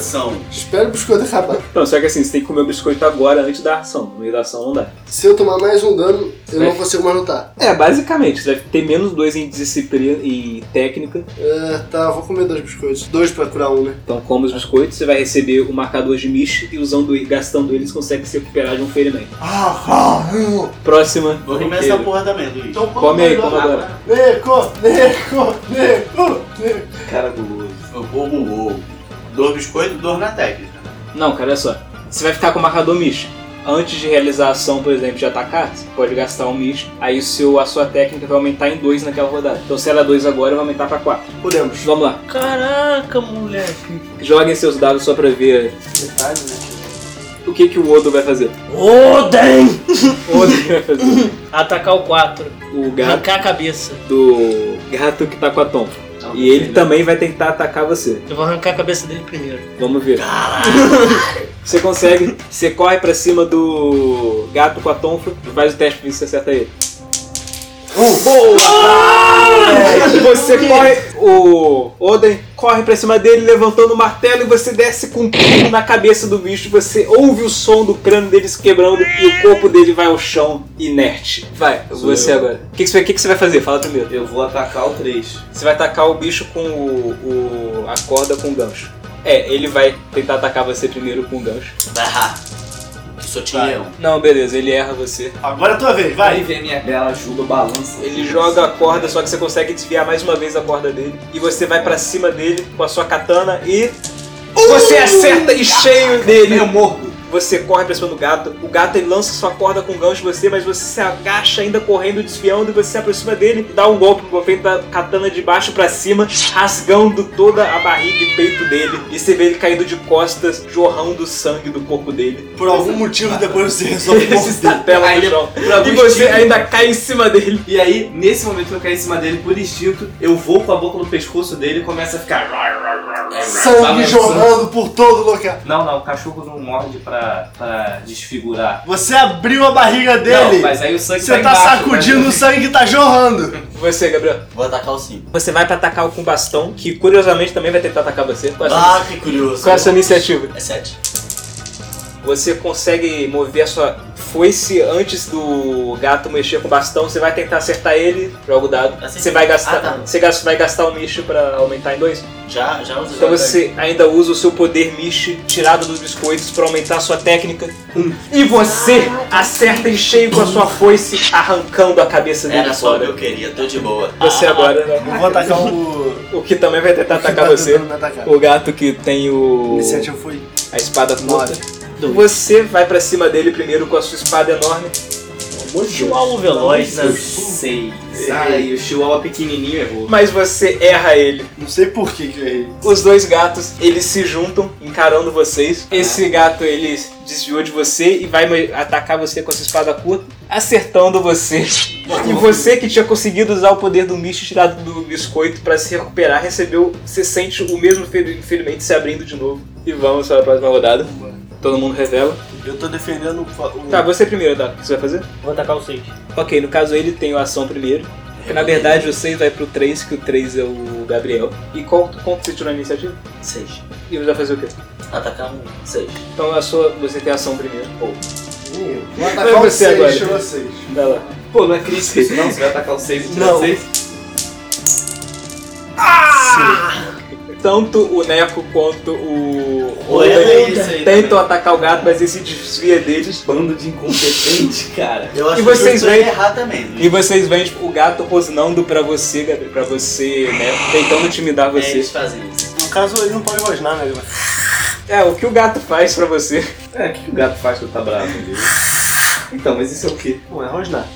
Speaker 5: São.
Speaker 3: Espero o biscoito acabar.
Speaker 2: Então, só que assim, você tem que comer o biscoito agora, antes da ação. No meio da ação não dá.
Speaker 3: Se eu tomar mais um dano, eu
Speaker 2: Vai.
Speaker 3: não consigo mais lutar.
Speaker 2: É, basicamente, você vai ter menos dois em disciplina e técnica.
Speaker 3: É, tá, eu vou comer dois biscoitos. Dois pra curar um, né?
Speaker 2: Então, come os biscoitos, você vai receber o marcador de Mish e usando, ele- gastando eles, consegue se recuperar de um ferimento.
Speaker 3: Ah, Acaíno!
Speaker 2: Próxima.
Speaker 5: Vou comer
Speaker 2: roteiro.
Speaker 5: essa porra também, Luiz. Então,
Speaker 2: Come aí, come agora.
Speaker 3: Neco! Neco! Neco! Neco!
Speaker 4: Cara guloso.
Speaker 5: eu vou, vou, vou. Dor biscoito, dor na técnica.
Speaker 2: Não, cara, olha só. Você vai ficar com o marcador Mish. Antes de realizar a ação, por exemplo, de atacar, você pode gastar um Mish. Aí o seu, a sua técnica vai aumentar em 2 naquela rodada. Então se ela é 2 agora, vai aumentar pra 4.
Speaker 3: Podemos.
Speaker 2: Vamos lá.
Speaker 6: Caraca, moleque.
Speaker 2: Joguem seus dados só pra ver.
Speaker 3: Metade, né?
Speaker 2: o que, que o Odo vai fazer?
Speaker 6: Oden!
Speaker 2: O Odo vai fazer
Speaker 6: Atacar o 4.
Speaker 2: o gato
Speaker 6: Arrancar a cabeça.
Speaker 2: do gato que tá com a Tom.
Speaker 4: Não,
Speaker 2: E ele
Speaker 4: não.
Speaker 2: também vai tentar atacar você.
Speaker 6: Eu vou arrancar a cabeça dele primeiro.
Speaker 2: Vamos ver. Você consegue, você corre pra cima do gato com a tonfa, faz o teste pra ver se você acerta ele. Uh, Boa! Você corre, o Oden corre pra cima dele levantando o martelo e você desce com tudo na cabeça do bicho. Você ouve o som do crânio dele se quebrando e o corpo dele vai ao chão inerte. Vai, você agora. O que, que, você- o que que você vai fazer? Fala primeiro.
Speaker 4: Eu vou atacar o 3.
Speaker 2: Você vai atacar o bicho com o, o- a corda com o gancho. É, ele vai tentar atacar você primeiro com o gancho.
Speaker 5: Vai errar. Eu sou tirão.
Speaker 2: Não, beleza, ele erra você.
Speaker 3: Agora é tua vez, vai.
Speaker 4: Aí vem a minha bela ajuda, balança.
Speaker 2: Ele joga a corda, só que você consegue desviar mais uma vez a corda dele. E você vai pra cima dele com a sua katana e. Você acerta e cheio dele.
Speaker 4: Meu morro.
Speaker 2: Você corre pra cima do gato. O gato ele lança sua corda com um gancho em você, mas você se agacha ainda correndo, desviando, e você se aproxima dele, dá um golpe movendo a katana de baixo pra cima, rasgando toda a barriga e peito dele. E você vê ele caindo de costas, jorrando sangue do corpo dele.
Speaker 3: Por algum motivo depois você resolve
Speaker 2: Ele se estapela no
Speaker 4: Ainda
Speaker 2: chão.
Speaker 4: Pra
Speaker 2: E
Speaker 4: alguns
Speaker 2: você
Speaker 4: tiros.
Speaker 2: ainda cai em cima dele.
Speaker 4: E aí, nesse momento que eu caí em cima dele, por instinto, eu vou com a boca no pescoço dele e começa a ficar.
Speaker 3: sangue jorrando por todo lugar.
Speaker 4: Não, não, o cachorro não morde pra, pra desfigurar.
Speaker 3: Você abriu a barriga dele.
Speaker 4: Não, mas aí o sangue
Speaker 3: Você tá
Speaker 4: embaixo, né?
Speaker 2: né?
Speaker 3: sacudindo o
Speaker 4: mas-
Speaker 3: sangue que tá jorrando.
Speaker 2: Você, Gabriel.
Speaker 5: Vou atacar o 5.
Speaker 2: Você vai pra atacar o com bastão, que curiosamente também vai tentar atacar você. Qual é a sua,
Speaker 5: Ah, que curioso.
Speaker 2: qual é a sua iniciativa?
Speaker 5: É 7.
Speaker 2: Você consegue mover a sua foice antes do gato mexer com o bastão. Você vai tentar acertar ele, joga o dado.
Speaker 5: Acertei.
Speaker 2: Você vai gastar,
Speaker 5: Ah, tá.
Speaker 2: você gasta- vai gastar o micho pra aumentar em dois.
Speaker 5: Já, já usa
Speaker 2: Então você ainda usa o seu poder micho tirado dos biscoitos pra aumentar a sua técnica. um. E você
Speaker 5: Ah, tá.
Speaker 2: acerta em cheio com a sua foice, arrancando a cabeça dele
Speaker 5: Era só o que
Speaker 2: fora.
Speaker 5: eu queria, tô de boa. Ah,
Speaker 2: Você agora, né?
Speaker 3: Ah, Eu vou atacar o. Tá
Speaker 2: O que também vai tentar atacar Tá você.
Speaker 3: Me atacar.
Speaker 2: O gato que tem o.
Speaker 3: Iniciativa foi.
Speaker 2: a espada curta.
Speaker 3: Nove.
Speaker 6: Dois.
Speaker 2: Você vai pra cima dele primeiro com a sua espada enorme.
Speaker 6: Chihuahua veloz, né?
Speaker 4: Seis. Ai, o chihuahua pequenininho errou.
Speaker 2: Mas você erra ele.
Speaker 3: Não sei por que que eu errei.
Speaker 2: Os dois gatos, eles se juntam, encarando vocês. Esse gato, ele desviou de você e vai me- atacar você com a sua espada curta, acertando você. E você que tinha conseguido usar o poder do misto tirado do biscoito pra se recuperar, recebeu... Você sente o mesmo feri- ferimento se abrindo de novo. E vamos para a próxima rodada. Todo mundo revela.
Speaker 3: Eu tô defendendo o. fa- o-
Speaker 2: Tá, você primeiro, Dato. O que você vai fazer?
Speaker 6: Vou atacar o 6.
Speaker 2: Ok, no caso ele tem a ação primeiro. Que na verdade o 6 vai pro 3, que o 3 é o Gabriel. E qual quanto você tirou a iniciativa?
Speaker 5: 6.
Speaker 2: E você vai fazer o quê?
Speaker 5: Atacar um 6.
Speaker 2: Então a sua, você tem a ação primeiro. Ou.
Speaker 3: Ih, Vou
Speaker 2: Vai
Speaker 3: atacar o
Speaker 2: você agora.
Speaker 3: 6, tirou 6.
Speaker 2: Vai lá.
Speaker 4: Pô, não é crítico isso, não? Você vai atacar o seis e tirar
Speaker 2: Não.
Speaker 4: seis?
Speaker 2: Tanto o Neco quanto o.
Speaker 5: Olha
Speaker 2: Oden
Speaker 5: é isso aí né?
Speaker 2: tentam
Speaker 5: também.
Speaker 2: atacar o gato, mas ele se desvia deles.
Speaker 4: Bando de incompetente, cara.
Speaker 5: Eu acho
Speaker 2: E vocês
Speaker 5: que eu ia
Speaker 2: veem-
Speaker 5: errar também.
Speaker 2: E vocês veem tipo, o gato rosnando pra você, Gabriel, pra você, né? Tentando intimidar
Speaker 5: É, eles
Speaker 2: você.
Speaker 5: fazem isso.
Speaker 3: No caso, ele não pode rosnar, né? galera?
Speaker 2: É, o que o gato faz pra você?
Speaker 4: É, o que que o gato faz quando tá bravo? viu? Então, mas isso é o quê?
Speaker 3: Não é rosnar.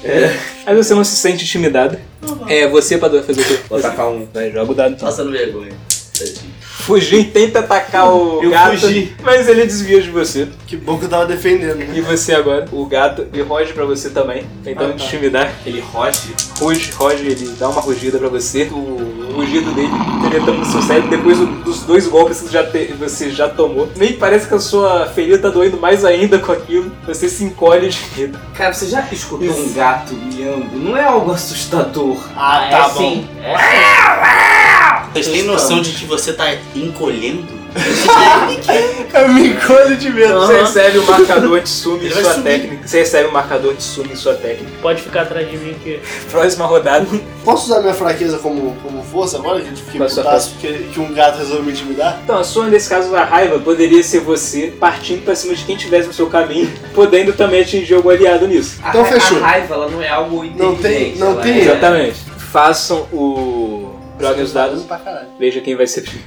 Speaker 2: Mas você não se sente intimidada. É, você, Padu, vai fazer o quê?
Speaker 4: Vou atacar um.
Speaker 2: Vai, joga o dado então.
Speaker 5: Passando vergonha. Tadinho.
Speaker 2: Fugir, tenta atacar o
Speaker 4: Eu
Speaker 2: gato,
Speaker 4: fugi.
Speaker 2: mas ele desvia de você.
Speaker 3: Que bom que eu tava defendendo, né?
Speaker 2: E você agora, o gato, ele roge pra você também, tentando
Speaker 3: Ah, tá.
Speaker 2: te intimidar.
Speaker 4: Ele roge.
Speaker 2: Ruge, roge, ele dá uma rugida pra você, o rugido dele penetrando no seu cérebro, depois do- dos dois golpes que já te- você já tomou. Nem parece que a sua ferida tá doendo mais ainda com aquilo, você se encolhe de medo.
Speaker 4: Cara, você já escutou um gato miando? Não é algo assustador.
Speaker 3: Ah,
Speaker 6: é sim. É sim.
Speaker 5: Vocês têm noção de que você tá encolhendo?
Speaker 3: Eu me encolho de medo.
Speaker 2: Você recebe o marcador de sume em
Speaker 5: Ele vai
Speaker 2: sua
Speaker 5: sumir.
Speaker 2: técnica. Você recebe o marcador de sume em sua técnica.
Speaker 6: Pode ficar atrás de mim que.
Speaker 2: Próxima rodada.
Speaker 3: Posso usar minha fraqueza como, como força agora? Que eu fiquei
Speaker 2: Com a sua
Speaker 3: putaço porque que um gato resolveu me intimidar?
Speaker 2: Então, a sua, nesse caso, a raiva poderia ser você partindo pra cima de quem tivesse no seu caminho, podendo também atingir algum aliado nisso.
Speaker 4: A
Speaker 3: Então
Speaker 4: ra-
Speaker 3: fechou.
Speaker 4: A raiva, ela não é algo
Speaker 3: Não tem-
Speaker 4: inteligente.
Speaker 3: não
Speaker 4: ela
Speaker 3: tem-
Speaker 4: é-
Speaker 2: Exatamente. Façam o. Joguem os dados,
Speaker 3: é Pra caralho.
Speaker 2: veja quem vai ser primeiro.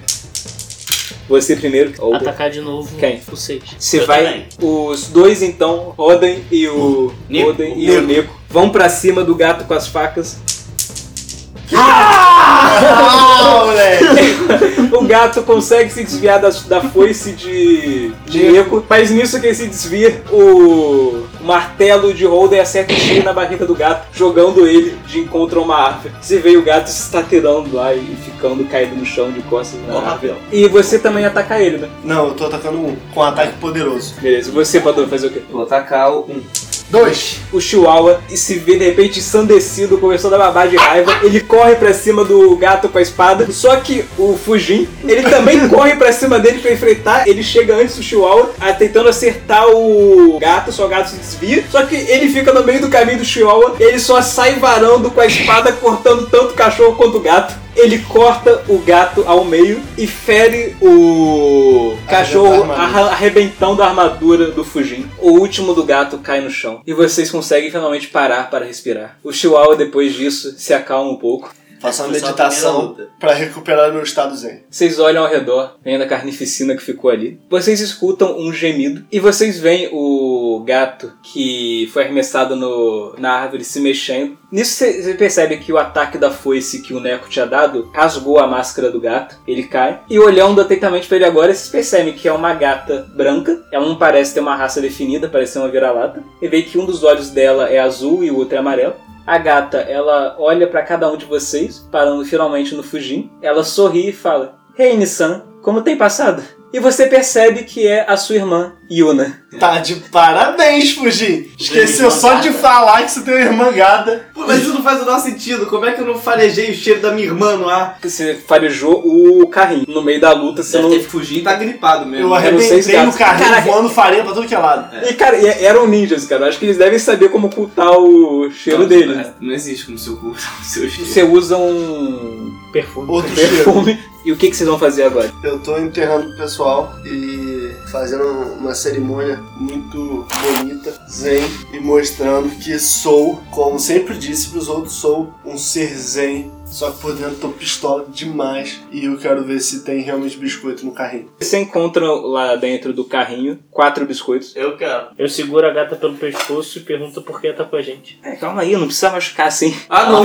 Speaker 2: Você primeiro. Ou
Speaker 6: Atacar de novo
Speaker 2: Quem?
Speaker 6: o 6.
Speaker 2: Você
Speaker 5: Eu
Speaker 2: vai.
Speaker 5: também.
Speaker 2: Os dois então, Oden e o.
Speaker 5: Nico.
Speaker 2: Oden e o Nico, vão pra cima do gato com as facas.
Speaker 3: Ah, moleque!
Speaker 2: O gato consegue se desviar da, da foice de, de Eco, mas nisso que ele se desvia, o martelo de Holden acerta o cheio na barriga do gato, jogando ele de encontro a uma árvore. Você vê o gato se estatelando lá e ficando caído no chão de costas na
Speaker 5: Ó,
Speaker 2: árvore.
Speaker 5: Rafael.
Speaker 2: E você também ataca ele, né?
Speaker 3: Não, eu tô atacando um com um ataque poderoso.
Speaker 2: Beleza, você, Badu, fazer o quê?
Speaker 4: Vou atacar o. Um.
Speaker 3: Dois.
Speaker 2: o Chihuahua e se vê de repente ensandecido, começando a babar de raiva. Ele corre pra cima do gato com a espada, só que o Fujin, ele também corre pra cima dele pra enfrentar. Ele chega antes do Chihuahua, a- tentando acertar o gato, só o gato se desvia. Só que ele fica no meio do caminho do Chihuahua, ele só sai varando com a espada, cortando tanto o cachorro quanto o gato. Ele corta o gato ao meio e fere o cachorro
Speaker 3: Arrebenta a armadura.
Speaker 2: arra- arrebentando a armadura do Fujin. O último do gato cai no chão. E vocês conseguem finalmente parar para respirar. O Chihuahua, depois disso, se acalma um pouco.
Speaker 3: Faço uma
Speaker 5: Foi é só a
Speaker 3: meditação
Speaker 5: primeira luta.
Speaker 3: pra recuperar meu estado zen.
Speaker 2: Vocês olham ao redor, vendo a carnificina que ficou ali. Vocês escutam um gemido. E vocês veem o gato que foi arremessado no- na árvore se mexendo. Nisso você você percebe que o ataque da foice que o Neco tinha dado rasgou a máscara do gato. Ele cai. E olhando atentamente pra ele agora, vocês percebem que é uma gata branca. Ela não parece ter uma raça definida, parece ser uma vira-lata. E vê que um dos olhos dela é azul e o outro é amarelo. A gata, ela olha pra cada um de vocês, parando finalmente no Fujin. Ela sorri e fala: "Hey, Nissan, como tem passado?" E você percebe que é a sua irmã, Yuna.
Speaker 3: Tá de parabéns, Fuji! Esqueceu só de falar que você tem uma irmã gada.
Speaker 4: Pô, mas isso não faz o nosso sentido. Como é que eu não farejei o cheiro da minha irmã no ar?
Speaker 2: Você farejou o carrinho no meio da luta, você
Speaker 5: Deve
Speaker 2: não...
Speaker 5: ter fugido.
Speaker 4: E tá gripado mesmo.
Speaker 3: Eu
Speaker 2: eram seis
Speaker 3: arrebentei
Speaker 2: gatos.
Speaker 3: no carrinho
Speaker 2: Caraca.
Speaker 3: voando farinha pra tudo que é lado.
Speaker 2: E, cara, e eram ninjas, cara. Eu Acho que eles devem saber como ocultar o cheiro
Speaker 4: Não,
Speaker 2: dele. né?
Speaker 4: Não existe como seu cu, o seu cheiro.
Speaker 2: Você usa um
Speaker 6: Perfume.
Speaker 3: Outro cheiro.
Speaker 2: perfume. E o que, que vocês vão fazer agora?
Speaker 3: Eu tô enterrando o pessoal e fazendo uma cerimônia muito bonita, zen, e mostrando que sou, como sempre disse pros outros, sou um ser zen. Só que por dentro tô pistola demais e eu quero ver se tem realmente biscoito no carrinho.
Speaker 2: Você encontra lá dentro do carrinho quatro biscoitos.
Speaker 5: Eu quero.
Speaker 6: Eu seguro a gata pelo pescoço e pergunto por que tá com a gente.
Speaker 2: É, calma aí, não precisa machucar assim.
Speaker 4: Ah, não.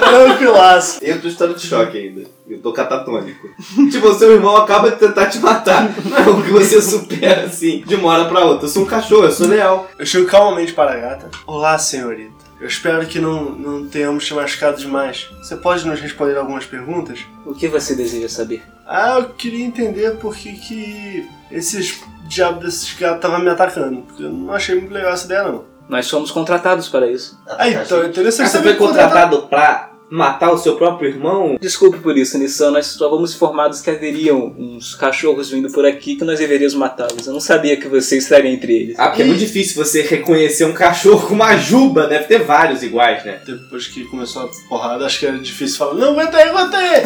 Speaker 3: Tranquilaço.
Speaker 4: Eu tô em estado de choque ainda. Eu tô catatônico. tipo, o seu irmão acaba de tentar te matar. Não é o que você supera assim, de uma hora pra outra. Eu sou um cachorro, eu sou leal.
Speaker 3: Eu chego calmamente para a gata. Olá, senhorita. Eu espero que não, não tenhamos te machucado demais. Você pode nos responder algumas perguntas?
Speaker 2: O que você deseja saber?
Speaker 3: Ah, eu queria entender por que que esses diabos desses gatos estavam me atacando. Porque eu não achei muito legal essa ideia, não.
Speaker 2: Nós somos contratados para isso.
Speaker 3: Ah,
Speaker 5: tá,
Speaker 3: então é interessante
Speaker 4: Você
Speaker 3: saber
Speaker 4: foi
Speaker 3: que contratar...
Speaker 4: contratado pra matar o seu próprio irmão?
Speaker 2: Desculpe por isso, Nissan. Nós só fomos informados que haveriam uns cachorros vindo por aqui que nós deveríamos matá-los. Eu não sabia que você estaria entre eles.
Speaker 4: Ah, porque é muito difícil você reconhecer um cachorro com uma juba. Deve ter vários iguais, né?
Speaker 3: Depois que começou a porrada, acho que era difícil falar, não, aguenta aí, aguenta aí!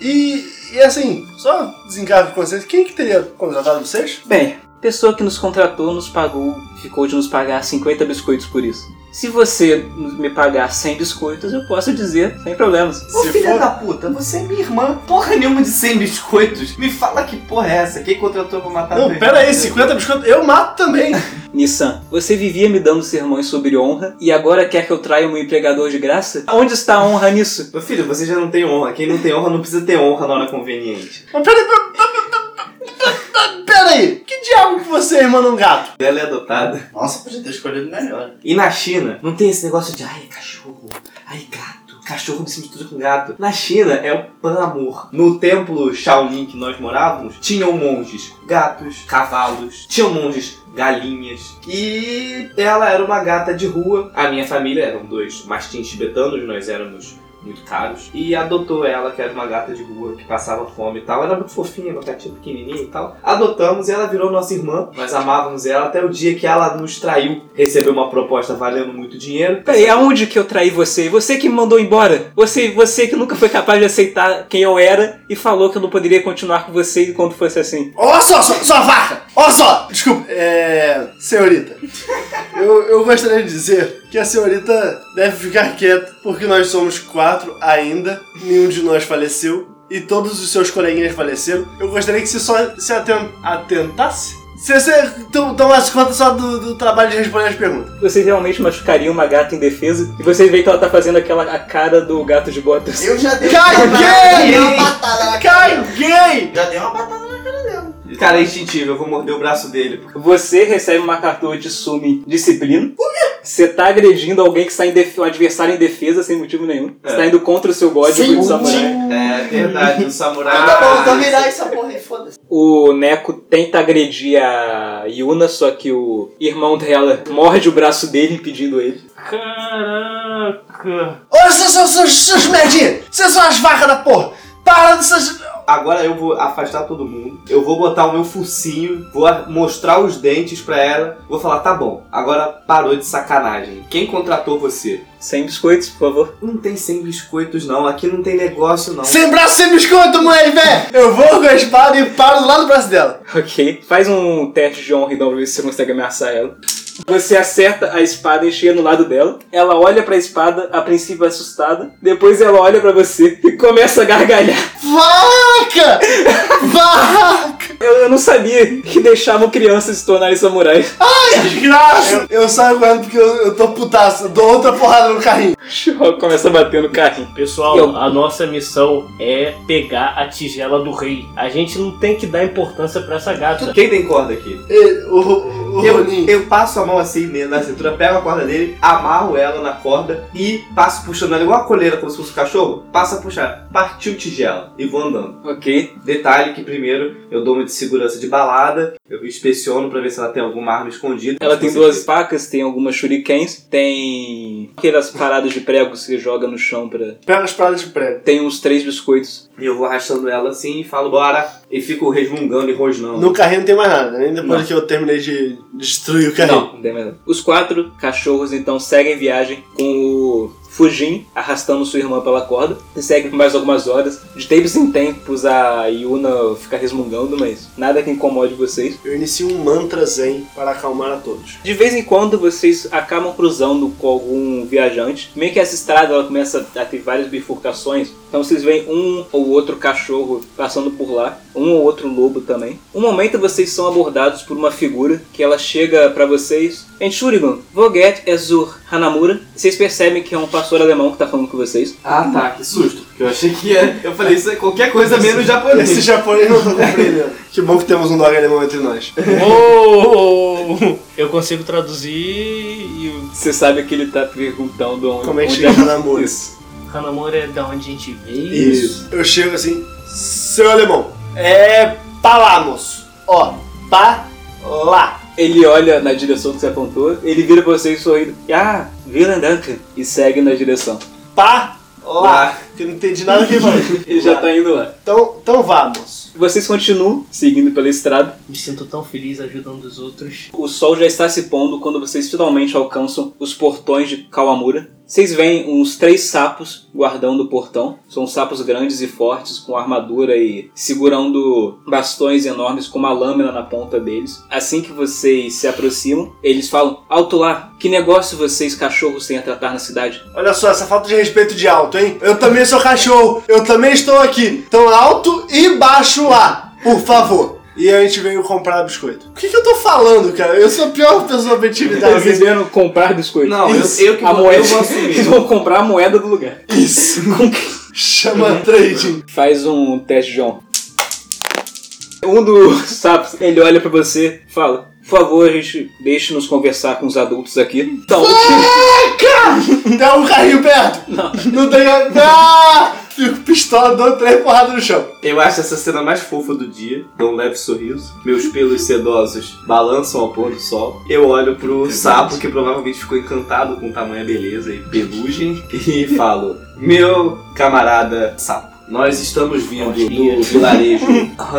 Speaker 3: e, e assim, só desencargo com vocês, quem que teria contratado vocês?
Speaker 2: Bem, a pessoa que nos contratou nos pagou, ficou de nos pagar 50 biscoitos por isso. Se você me pagar 100 biscoitos, eu posso dizer, sem problemas.
Speaker 4: Ô
Speaker 3: Se
Speaker 4: filha
Speaker 3: for-
Speaker 4: da puta, você é minha irmã. Porra nenhuma de 100 biscoitos. Me fala que porra é essa? Quem contratou pra matar
Speaker 3: Não,
Speaker 4: teu
Speaker 3: pera
Speaker 4: irmão?
Speaker 3: aí, 50 biscoitos, eu mato também!
Speaker 2: Nissan, você vivia me dando sermões sobre honra e agora quer que eu traia um empregador de graça? Onde está a honra nisso?
Speaker 4: Meu filho, você já não tem honra. Quem não tem honra não precisa ter honra na hora conveniente.
Speaker 3: Mas pera aí, pera- pera aí, que diabo que você é irmã de um gato?
Speaker 4: Ela é adotada.
Speaker 5: Nossa, podia ter escolhido melhor.
Speaker 4: E na China, não tem esse negócio de ai, cachorro, ai, gato. Cachorro se mistura com gato. Na China é o pan-amor. No templo Shaolin que nós morávamos, tinham monges gatos, cavalos, tinham monges galinhas. E ela era uma gata de rua. A minha família eram dois mastins tibetanos, nós éramos muito caros. E adotou ela, que era uma gata de rua, que passava fome e tal. Era muito fofinha, uma gatinha pequenininha e tal. Adotamos e ela virou nossa irmã. Nós amávamos ela até o dia que ela nos traiu. Recebeu uma proposta valendo muito dinheiro.
Speaker 2: Peraí, aonde que eu traí você? Você que me mandou embora? Você, você que nunca foi capaz de aceitar quem eu era e falou que eu não poderia continuar com você enquanto fosse assim.
Speaker 3: Olha só, sua, sua vaca! Olha só! Desculpa, é. Senhorita, eu, eu gostaria de dizer que a senhorita deve ficar quieta, porque nós somos quatro ainda, nenhum de nós faleceu e todos os seus coleguinhas faleceram. Eu gostaria que você só se aten- atentasse Se você to- tomasse conta só do, do trabalho de responder as perguntas.
Speaker 2: Vocês realmente machucariam uma gata indefesa e vocês veem que ela tá fazendo aquela a cara do gato de assim. botas.
Speaker 5: Eu já dei
Speaker 3: Caguei!
Speaker 5: uma batada na cara.
Speaker 3: Caguei!
Speaker 5: Já dei uma batada
Speaker 4: Cara, é instintivo, eu vou morder o braço dele.
Speaker 2: Você recebe uma cartola de sumi disciplina. Por quê? Você tá agredindo alguém que está em def... um adversário em defesa sem motivo nenhum. Você
Speaker 4: É.
Speaker 2: tá indo contra o seu código de samurai.
Speaker 4: É verdade, o samurai.
Speaker 5: na cara. Tá bom, então virar essa porra aí, foda-se.
Speaker 2: O Neko tenta agredir a Yuna, só que o irmão dela morde o braço dele impedindo ele.
Speaker 6: Caraca.
Speaker 3: Olha seus, seus, seus, seus merdinhas! Vocês são as vacas da porra! Para dessas.
Speaker 4: Agora eu vou afastar todo mundo. Eu vou botar o meu focinho, vou a- mostrar os dentes pra ela. Vou falar, tá bom, agora parou de sacanagem. Quem contratou você?
Speaker 2: Sem biscoitos, por favor.
Speaker 4: Não tem 100 biscoitos não, aqui não tem negócio não.
Speaker 3: Sem braço, sem biscoito, mulher velho! Eu vou com a espada e paro lá no braço dela.
Speaker 2: Ok. Faz um teste de honra e dá pra ver se você consegue ameaçar ela. Você acerta a espada e chega no lado dela. Ela olha pra espada, a princípio é assustada. Depois ela olha pra você e começa a gargalhar.
Speaker 3: Vaca! Vaca!
Speaker 2: Eu, eu não sabia que deixavam crianças se tornarem samurais.
Speaker 3: Desgraça! Eu, eu saio correndo porque eu, eu tô putaço. Eu dou outra porrada no carrinho.
Speaker 2: Shiro começa a bater no carrinho.
Speaker 6: Pessoal,
Speaker 2: Eu-
Speaker 6: a nossa missão é pegar a tigela do rei. A gente não tem que dar importância pra essa gata.
Speaker 4: Quem tem corda aqui?
Speaker 3: E, o o, o
Speaker 4: Eu,
Speaker 3: Ronin.
Speaker 4: eu passo a mão assim né, na cintura, pego a corda dele, amarro ela na corda e passo puxando ela igual a coleira, como se fosse um cachorro. Passo a puxar, partiu tigela e vou andando.
Speaker 2: Ok.
Speaker 4: Detalhe que primeiro eu dou uma de segurança de balada, eu inspeciono pra ver se ela tem alguma arma escondida.
Speaker 2: Ela tem duas facas, tem algumas shurikens, tem aquelas paradas de pregos que joga no chão pra...
Speaker 3: Pega as paradas de prego.
Speaker 2: Tem uns três biscoitos.
Speaker 4: E eu vou arrastando ela assim e falo, bora! E fico resmungando e rosnando.
Speaker 3: No carrinho não tem mais nada, nem depois
Speaker 2: Não.
Speaker 3: que eu terminei de destruir o carrinho.
Speaker 2: Não, não tem mais nada. Os quatro cachorros então seguem viagem com o Fujin arrastando sua irmã pela corda. E seguem por mais algumas horas. De tempos em tempos a Yuna fica resmungando, mas nada que incomode vocês.
Speaker 3: Eu inicio um mantra zen para acalmar a todos.
Speaker 2: De vez em quando vocês acabam cruzando com algum viajante. Meio que essa estrada ela começa a ter várias bifurcações. Então vocês veem um ou outro cachorro passando por lá, um ou outro lobo também. Um momento vocês são abordados por uma figura que ela chega pra vocês. Entschuldigung, Voget Ezur é Hanamura. Vocês percebem que é um pastor alemão que tá falando com vocês.
Speaker 4: Ah tá, que susto. Porque eu achei que ia. Eu falei, isso é qualquer coisa menos japonês.
Speaker 3: Esse japonês não tô compreendendo. que bom que temos um dog alemão entre nós.
Speaker 6: Oh! Eu consigo traduzir e
Speaker 2: Você sabe que ele tá perguntando onde
Speaker 3: Como é que
Speaker 2: onde
Speaker 3: chega Hanamura?
Speaker 2: Isso.
Speaker 6: o Hanamura é da onde a gente veio.
Speaker 3: Isso. Eu chego assim, seu alemão. É. Palamos. Ó, pa. Lá.
Speaker 2: Ele olha na direção que você apontou, ele vira pra vocês sorrindo. Ah, Villain Duncan. E segue na direção.
Speaker 3: Pa.
Speaker 4: Lá.
Speaker 3: Que eu não entendi nada que ele falou.
Speaker 2: Ele já tá indo lá.
Speaker 3: Então, então vamos.
Speaker 2: Vocês continuam seguindo pela estrada.
Speaker 6: Me sinto tão feliz ajudando os outros.
Speaker 2: O sol já está se pondo quando vocês finalmente alcançam os portões de Kawamura. Vocês veem uns três sapos guardando o portão. São sapos grandes e fortes, com armadura e segurando bastões enormes com uma lâmina na ponta deles. Assim que vocês se aproximam, eles falam: Alto lá, que negócio vocês, cachorros, têm a tratar na cidade?
Speaker 3: Olha só, essa falta de respeito de alto, hein? Eu também sou cachorro. Eu também estou aqui. Então alto e baixo lá, por favor. E a gente veio comprar biscoito. O que, que eu tô falando, cara? Eu sou a pior pessoa pra intimidar.
Speaker 2: Eles vieram comprar biscoito.
Speaker 4: Tá, Não, eu,
Speaker 3: Isso.
Speaker 4: eu que
Speaker 2: a
Speaker 4: vou,
Speaker 2: moeda.
Speaker 4: eu vou assumir.
Speaker 2: Eles vão comprar a moeda do lugar.
Speaker 3: Isso.
Speaker 2: Com quem?
Speaker 3: Chama trading.
Speaker 2: Faz um teste, João. Um dos sapos, ele olha pra você e fala: Por favor, a gente deixe-nos conversar com os adultos aqui. Então,
Speaker 3: Tem um carrinho perto? Não. Não tem. Ah! Fico pistola, dou três porradas no chão.
Speaker 4: Eu acho essa cena mais fofa do dia. Dou um leve sorriso. Meus pelos sedosos balançam ao pôr do sol. Eu olho pro sapo, que provavelmente ficou encantado com tamanha beleza e pelugem, e falo: Meu camarada sapo, nós estamos vindo do vilarejo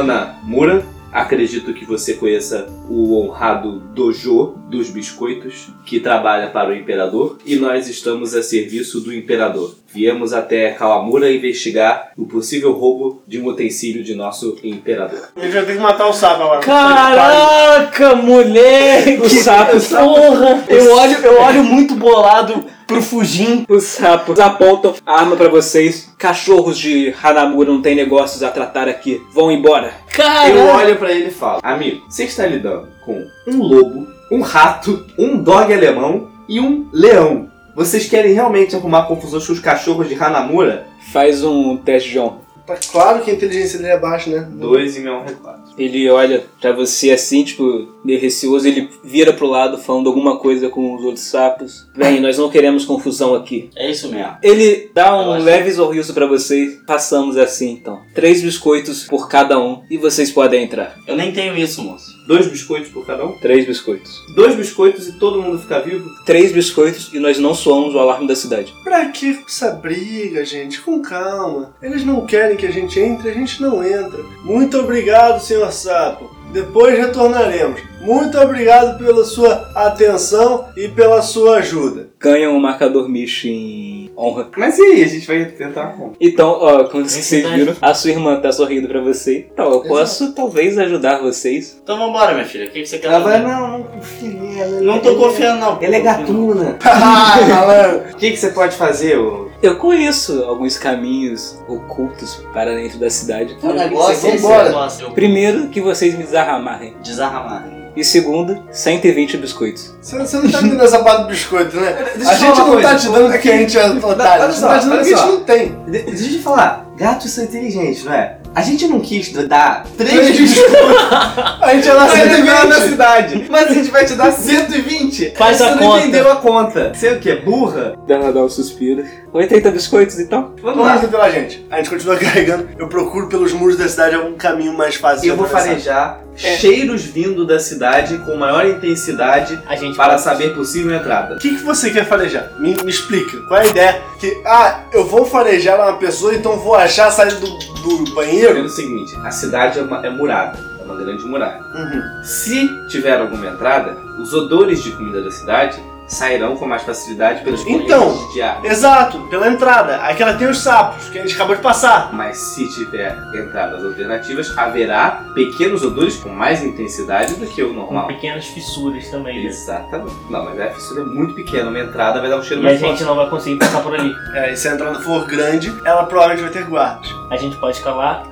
Speaker 4: Hanamura. Acredito que você conheça o honrado Dojo dos Biscoitos, que trabalha para o Imperador, e nós estamos a serviço do Imperador. Viemos até Kawamura investigar o possível roubo de um utensílio de nosso Imperador.
Speaker 3: Ele já tem que matar o sapo agora.
Speaker 6: Caraca, moleque!
Speaker 2: o sapo.
Speaker 6: Porra! Eu olho, eu olho muito bolado pro Fujin.
Speaker 2: Os sapos apontam a arma pra vocês. Cachorros de Hanamura não tem negócios a tratar aqui. Vão embora.
Speaker 4: Eu
Speaker 6: Caralho!
Speaker 4: olho pra ele e falo: Amigo, você está lidando com um lobo, um rato, um dog alemão e um leão. Vocês querem realmente arrumar confusões com os cachorros de Hanamura?
Speaker 2: Faz um teste de honra.
Speaker 3: Tá claro que a inteligência dele é baixa, né?
Speaker 4: Dois e minha honra é quatro.
Speaker 2: Ele olha pra você assim, tipo, meio receoso. Ele vira pro lado falando alguma coisa com os outros sapos. Vem, nós não queremos confusão aqui.
Speaker 5: É isso mesmo.
Speaker 2: Ele dá
Speaker 5: Eu
Speaker 2: um
Speaker 5: acho-
Speaker 2: leve sorriso pra vocês. Passamos assim então. Três biscoitos por cada um e vocês podem entrar.
Speaker 5: Eu nem tenho isso, moço.
Speaker 4: Dois biscoitos por cada um?
Speaker 2: Três biscoitos.
Speaker 4: Dois biscoitos e todo mundo fica vivo?
Speaker 2: Três biscoitos e nós não soamos o alarme da cidade.
Speaker 3: Pra que essa briga, gente? Com calma. Eles não querem que a gente entre, a gente não entra. Muito obrigado, senhor Sapo. Depois retornaremos. Muito obrigado pela sua atenção e pela sua ajuda.
Speaker 2: Ganham um marcador misto em honra.
Speaker 4: Mas e aí, a gente vai tentar como?
Speaker 2: Então, ó, como vocês
Speaker 5: verdade.
Speaker 2: viram, a sua irmã tá sorrindo pra você. Então, eu posso talvez ajudar vocês.
Speaker 5: Então vambora, minha filha. O que que você quer
Speaker 4: Ela vai,
Speaker 5: fazer?
Speaker 4: não, não confia nela.
Speaker 5: Não tô confiando, não.
Speaker 4: Ela é gatuna. Ah,
Speaker 3: Malandro.
Speaker 4: O que, que você pode fazer, ô?
Speaker 2: Eu conheço alguns caminhos ocultos para dentro da cidade.
Speaker 4: um
Speaker 5: O negócio é esse
Speaker 3: Vambora.
Speaker 5: negócio. Eu
Speaker 2: Primeiro, que vocês me desarramarrem.
Speaker 5: desarramar.
Speaker 2: E segundo, 120 biscoitos.
Speaker 3: você, você não tá me dando essa parte do biscoito, né?
Speaker 4: Deixa
Speaker 3: a
Speaker 4: eu
Speaker 3: gente
Speaker 4: falar
Speaker 3: não
Speaker 4: uma
Speaker 3: tá
Speaker 4: coisa.
Speaker 3: te dando o que a gente é otário. A
Speaker 4: olha
Speaker 3: gente
Speaker 4: só,
Speaker 3: tá te dando o que a gente
Speaker 4: olha só.
Speaker 3: não tem.
Speaker 4: De- Deixa eu te falar, gatos são inteligentes, não é? A gente não quis dar
Speaker 3: Três
Speaker 4: três biscoitos
Speaker 3: A gente é
Speaker 4: pra
Speaker 3: nascido
Speaker 4: ele ganhar na
Speaker 3: em
Speaker 4: cidade, mas a gente vai te dar 120.
Speaker 6: Faz
Speaker 4: Você
Speaker 6: a
Speaker 4: não
Speaker 6: conta.
Speaker 4: entendeu a conta. Você é o quê? Burra?
Speaker 2: Ela dá um suspiro. 80 biscoitos, então?
Speaker 4: Vamos
Speaker 3: Vamos
Speaker 4: lá.
Speaker 3: lá, pela gente. A gente continua carregando. Eu procuro pelos muros da cidade algum caminho mais fácil.
Speaker 4: Eu vou
Speaker 3: fazer.
Speaker 4: farejar cheiros vindo da cidade com maior intensidade
Speaker 6: A gente
Speaker 4: para
Speaker 6: pode-
Speaker 4: saber possível entrada.
Speaker 3: O que, que você quer farejar? Me, me explica. Qual é a ideia? Que, ah, eu vou farejar uma pessoa, então vou achar a saída do, do banheiro?
Speaker 4: Pelo seguinte, a cidade é, uma- é murada, é uma grande murada.
Speaker 3: Uhum.
Speaker 4: Se tiver alguma entrada, os odores de comida da cidade sairão com mais facilidade pelos correntes
Speaker 3: Então.
Speaker 4: de ar.
Speaker 3: Exato, pela entrada. Aquela tem os sapos, que a gente acabou de passar.
Speaker 4: Mas se tiver entradas alternativas, haverá pequenos odores com mais intensidade do que o
Speaker 6: Com
Speaker 4: normal.
Speaker 6: pequenas fissuras também, né?
Speaker 4: Exatamente. Não, mas a fissura é muito pequena. Uma entrada vai dar um cheiro
Speaker 6: E a
Speaker 4: mais
Speaker 6: gente
Speaker 4: forte.
Speaker 6: não vai conseguir passar por ali.
Speaker 3: É, e se a entrada for grande, ela provavelmente vai ter guardas.
Speaker 6: A gente pode escalar.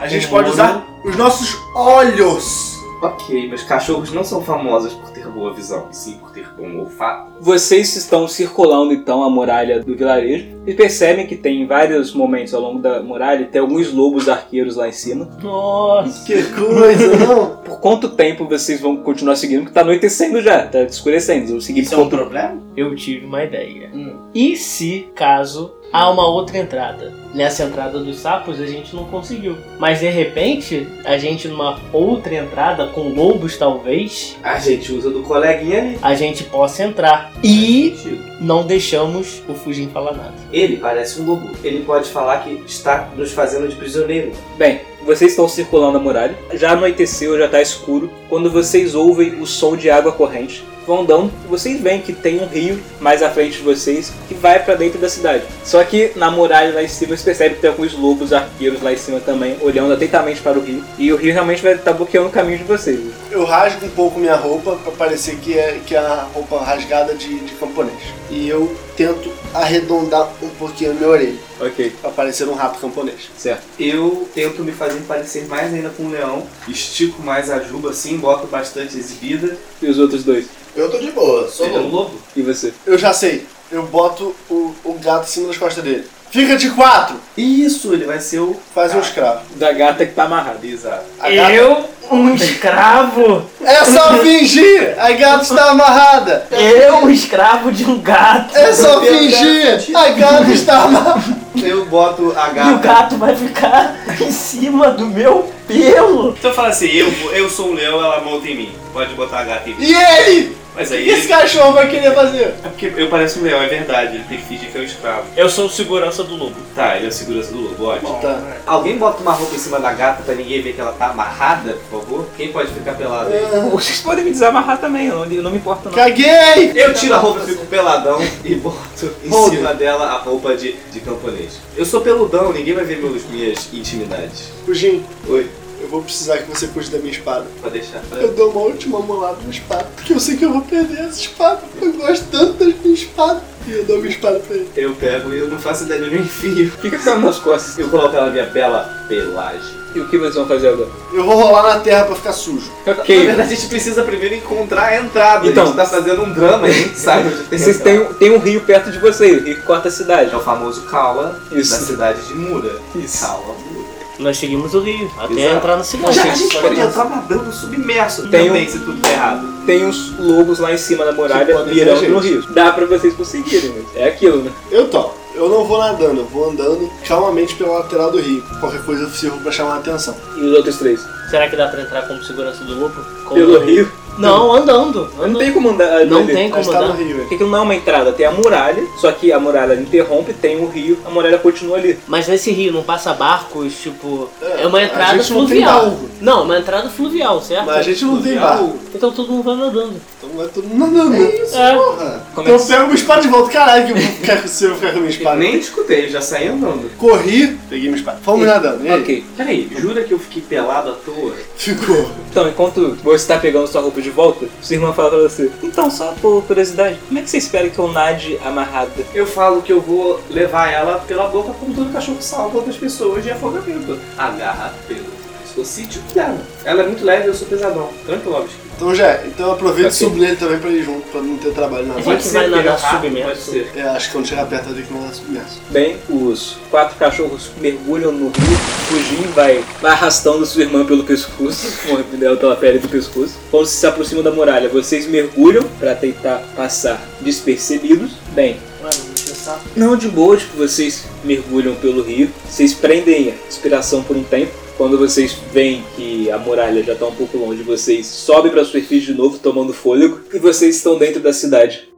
Speaker 3: A gente
Speaker 6: Um
Speaker 3: pode
Speaker 6: olho.
Speaker 3: usar os nossos olhos.
Speaker 4: Ok, meus cachorros não são famosos por ter boa visão, sim por ter bom olfato.
Speaker 2: Vocês estão circulando então a muralha do vilarejo e percebem que tem vários momentos ao longo da muralha, tem alguns lobos arqueiros lá em cima.
Speaker 6: Nossa!
Speaker 3: Que coisa, não?
Speaker 2: Por quanto tempo vocês vão continuar seguindo? Porque tá anoitecendo já, tá escurecendo. Eu segui
Speaker 5: Isso é um problema?
Speaker 6: Eu tive uma ideia. E se, caso, há uma outra entrada? Nessa entrada dos sapos a gente não conseguiu. Mas de repente, a gente numa outra entrada, com lobos talvez,
Speaker 4: A gente usa do coleguinha ali.
Speaker 6: a gente possa entrar. E
Speaker 4: Mentira.
Speaker 6: não deixamos o Fujin falar nada.
Speaker 4: Ele parece um lobo. Ele pode falar que está nos fazendo de prisioneiro.
Speaker 2: Bem, vocês estão circulando a muralha, já anoiteceu, já tá escuro. Quando vocês ouvem o som de água corrente, vão andando e vocês veem que tem um rio mais à frente de vocês que vai pra dentro da cidade. Só que na muralha lá em cima vocês percebem que tem alguns lobos arqueiros lá em cima também, olhando atentamente para o rio. E o rio realmente vai estar bloqueando o caminho de vocês.
Speaker 3: Eu rasgo um pouco minha roupa pra parecer que é, que é a roupa rasgada de, de camponês. E eu tento arredondar um pouquinho a minha orelha
Speaker 2: Ok,
Speaker 3: pra parecer um rato camponês.
Speaker 2: certo.
Speaker 4: Eu tento me fazer parecer mais ainda com um leão. Estico mais a juba assim, boto bastante exibida.
Speaker 2: E os outros dois?
Speaker 8: Eu tô de boa, sou
Speaker 4: Ele é um
Speaker 8: louco.
Speaker 4: lobo.
Speaker 2: E você?
Speaker 3: Eu já sei. Eu boto o, o gato em cima das costas dele. Fica de quatro!
Speaker 4: Isso, ele vai ser o
Speaker 3: Faz um
Speaker 4: Ah.
Speaker 3: escravo.
Speaker 2: Da gata que tá amarrada.
Speaker 4: Exato.
Speaker 3: A gata...
Speaker 6: um escravo?
Speaker 3: É só fingir! A gata está amarrada!
Speaker 6: Eu, um escravo de um gato?
Speaker 3: É só fingir! A gata está amarrada!
Speaker 4: Eu boto a
Speaker 6: E o
Speaker 4: gata.
Speaker 6: gato vai ficar em cima do meu pelo?
Speaker 4: Então fala assim, eu, eu sou um leão, ela monta em mim. Pode botar a gata em mim.
Speaker 3: E ele? O
Speaker 4: Mas
Speaker 3: que
Speaker 4: aí
Speaker 3: esse
Speaker 4: ele,
Speaker 3: cachorro vai querer fazer?
Speaker 4: é porque eu pareço um leão, é verdade. Ele tem que fingir que é um escravo.
Speaker 6: Eu sou o segurança do lobo.
Speaker 4: Tá, ele é o segurança do lobo, ótimo.
Speaker 3: Tá.
Speaker 4: Alguém bota uma roupa em cima da gata pra ninguém ver que ela tá amarrada, por favor? Quem pode ficar pelado aí?
Speaker 2: Vocês podem me desamarrar também, eu não, eu não me importo não.
Speaker 3: Caguei!
Speaker 4: Eu tiro a roupa, fico peladão e boto em
Speaker 3: Hold.
Speaker 4: cima dela a roupa de, de camponês. Eu sou peludão, ninguém vai ver meus, minhas intimidades.
Speaker 3: Fugim,
Speaker 4: Oi.
Speaker 3: eu eu vou precisar que você cuide da minha espada.
Speaker 4: Pra deixar.
Speaker 3: Eu dou uma última molada na espada, porque eu sei que eu vou perder essa espada. Eu gosto tanto da minha espada. E eu dou minha espada pra ele.
Speaker 4: Eu pego e eu não faço ideia de onde eu enfio.
Speaker 2: O que que tá nas costas?
Speaker 4: Eu coloco ela na minha bela pelagem.
Speaker 2: E o que vocês vão fazer agora?
Speaker 3: Eu vou rolar na terra pra ficar sujo.
Speaker 4: Na
Speaker 2: Ok.
Speaker 4: verdade, a gente precisa primeiro encontrar a entrada.
Speaker 2: Então.
Speaker 4: a gente tá fazendo um drama, a gente sabe onde tem
Speaker 2: Vocês
Speaker 4: a
Speaker 2: têm,
Speaker 4: entrada.
Speaker 2: um- tem um rio perto de vocês, o rio que corta a cidade.
Speaker 4: É o famoso Kaula
Speaker 2: Isso.
Speaker 4: da cidade de Mura.
Speaker 2: Isso.
Speaker 4: Kaula Mura.
Speaker 6: Nós seguimos o rio, até
Speaker 4: Exato.
Speaker 6: entrar na cidade.
Speaker 4: Já, a gente
Speaker 2: só
Speaker 4: pode
Speaker 2: isso.
Speaker 4: entrar nadando submerso
Speaker 2: Tem
Speaker 4: também, se tudo der errado.
Speaker 2: Tem uns lobos lá em cima da
Speaker 3: Que
Speaker 4: Tipo,
Speaker 2: muralha
Speaker 3: podem
Speaker 4: é,
Speaker 3: ver
Speaker 2: mirando
Speaker 3: a
Speaker 2: no
Speaker 3: gente.
Speaker 2: rio. Dá pra vocês conseguirem, mas é aquilo, né?
Speaker 3: Eu topo. Eu não vou nadando, eu vou andando calmamente pela lateral do rio. Qualquer coisa eu sirvo pra chamar a atenção.
Speaker 2: E os outros três?
Speaker 6: Será que dá pra entrar como segurança do lobo? Como-
Speaker 2: Pelo rio?
Speaker 6: Não, andando.
Speaker 2: Não
Speaker 4: Ah,
Speaker 6: andando.
Speaker 2: tem como andar.
Speaker 6: Não
Speaker 2: dele.
Speaker 6: tem
Speaker 3: Mas
Speaker 6: como
Speaker 3: tá
Speaker 6: andar.
Speaker 3: no rio, velho.
Speaker 2: Porque aquilo não é uma entrada, tem a muralha, só que a muralha interrompe, tem o rio, a muralha continua ali.
Speaker 6: Mas nesse rio não passa barcos, tipo.
Speaker 3: É,
Speaker 6: É, uma
Speaker 3: a
Speaker 6: entrada
Speaker 3: gente não tem
Speaker 6: fluvial.
Speaker 3: barco.
Speaker 6: Não, uma entrada fluvial, certo?
Speaker 3: Mas a gente não tem
Speaker 4: Ah,
Speaker 3: barco.
Speaker 6: Então todo mundo vai nadando.
Speaker 3: Então vai todo mundo nadando. É isso,
Speaker 6: É.
Speaker 3: porra.
Speaker 2: Como
Speaker 3: então
Speaker 2: é
Speaker 3: eu pego minha espada de volta. Caralho, que eu vou ficar com- se eu ficar com a minha espada.
Speaker 4: Nem escutei, eu já saí andando.
Speaker 3: Corri, peguei minha espada. Fomos nadando. E aí?
Speaker 2: Ok.
Speaker 4: Peraí, jura que eu fiquei pelado à toa?
Speaker 3: Ficou.
Speaker 2: Então, enquanto você tá pegando sua roupa de volta, sua irmã fala pra você. Então, só por curiosidade, como é que você espera que eu nade amarrada?
Speaker 4: Eu falo que eu vou levar ela pela boca como todo cachorro salva outras pessoas de afogamento. Agarra pelo pescocítio dela. Ela é muito leve, eu sou pesadão. Tranquilo, óbvio.
Speaker 3: Então já, é. então aproveita e
Speaker 2: Ok.
Speaker 3: subo nele também pra ir junto, pra não ter trabalho na
Speaker 6: A
Speaker 3: volta.
Speaker 6: gente vai nadar
Speaker 4: errado,
Speaker 6: submerso.
Speaker 4: Pode ser.
Speaker 3: É, acho que quando chegar perto eu tenho que nadar submerso.
Speaker 2: Bem, os quatro cachorros mergulham no rio, Fujin vai, vai arrastando sua irmã pelo pescoço, mordendo ela pela pele do pescoço. Quando se aproximam da muralha, vocês mergulham pra tentar passar despercebidos. Bem,
Speaker 6: Mano, deixa eu só-
Speaker 2: Não, de boa, tipo, vocês mergulham pelo rio, vocês prendem a inspiração por um tempo. Quando vocês veem que a muralha já tá um pouco longe, vocês sobem pra superfície de novo, tomando fôlego, e vocês estão dentro da cidade.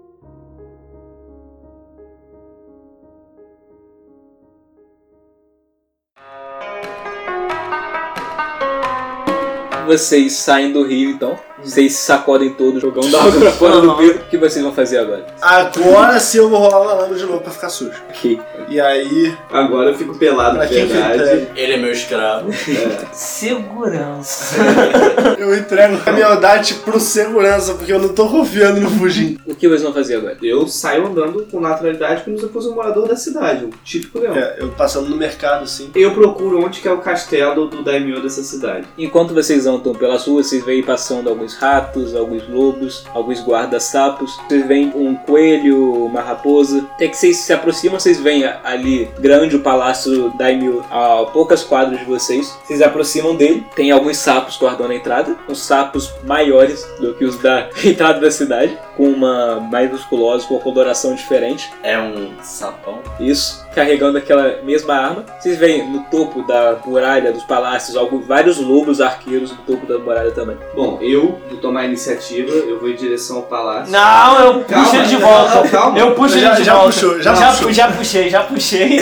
Speaker 2: Vocês saem do rio então, vocês sacodem todo, jogando água pra fora do rio. O que vocês vão fazer agora?
Speaker 3: Agora sim eu vou rolar na lama de novo pra ficar sujo.
Speaker 2: Ok.
Speaker 3: E aí,
Speaker 4: Agora eu fico pelado
Speaker 3: pra
Speaker 4: de
Speaker 3: quem que eu
Speaker 4: verdade.
Speaker 3: entrego?
Speaker 5: Ele é meu escravo.
Speaker 6: Segurança.
Speaker 3: Eu entrego a minha maldade pro segurança, porque eu não tô confiando no Fujin.
Speaker 2: O que vocês vão fazer agora?
Speaker 4: Eu saio andando com naturalidade como se eu fosse um morador da cidade, um típico leão.
Speaker 3: É, eu passando no mercado assim.
Speaker 4: Eu procuro onde que é o castelo do daimyo dessa cidade.
Speaker 2: Enquanto vocês andam pelas ruas, vocês veem passando alguns ratos, alguns lobos, alguns guarda-sapos. Vocês veem um coelho, uma raposa. Até que vocês se aproximam, vocês veem a- ali grande o palácio Daimyo a poucas quadras de vocês. Vocês se aproximam dele. Tem alguns sapos guardando a entrada. Uns sapos maiores do que os da entrada da cidade. Com uma mais musculosa, com uma coloração diferente.
Speaker 5: É um sapão.
Speaker 2: Isso, carregando aquela mesma arma. Vocês veem no topo da muralha, dos palácios, algum- vários lobos arqueiros no topo da muralha também.
Speaker 4: Bom, eu vou tomar a iniciativa, eu vou em direção ao palácio.
Speaker 6: Não, eu
Speaker 4: Calma,
Speaker 6: puxo ele de
Speaker 4: não,
Speaker 6: volta.
Speaker 4: não, calma.
Speaker 6: Eu puxo
Speaker 3: Já-
Speaker 6: ele de
Speaker 3: já
Speaker 6: volta.
Speaker 3: puxou, já puxou.
Speaker 6: pu- já puxei, já puxei.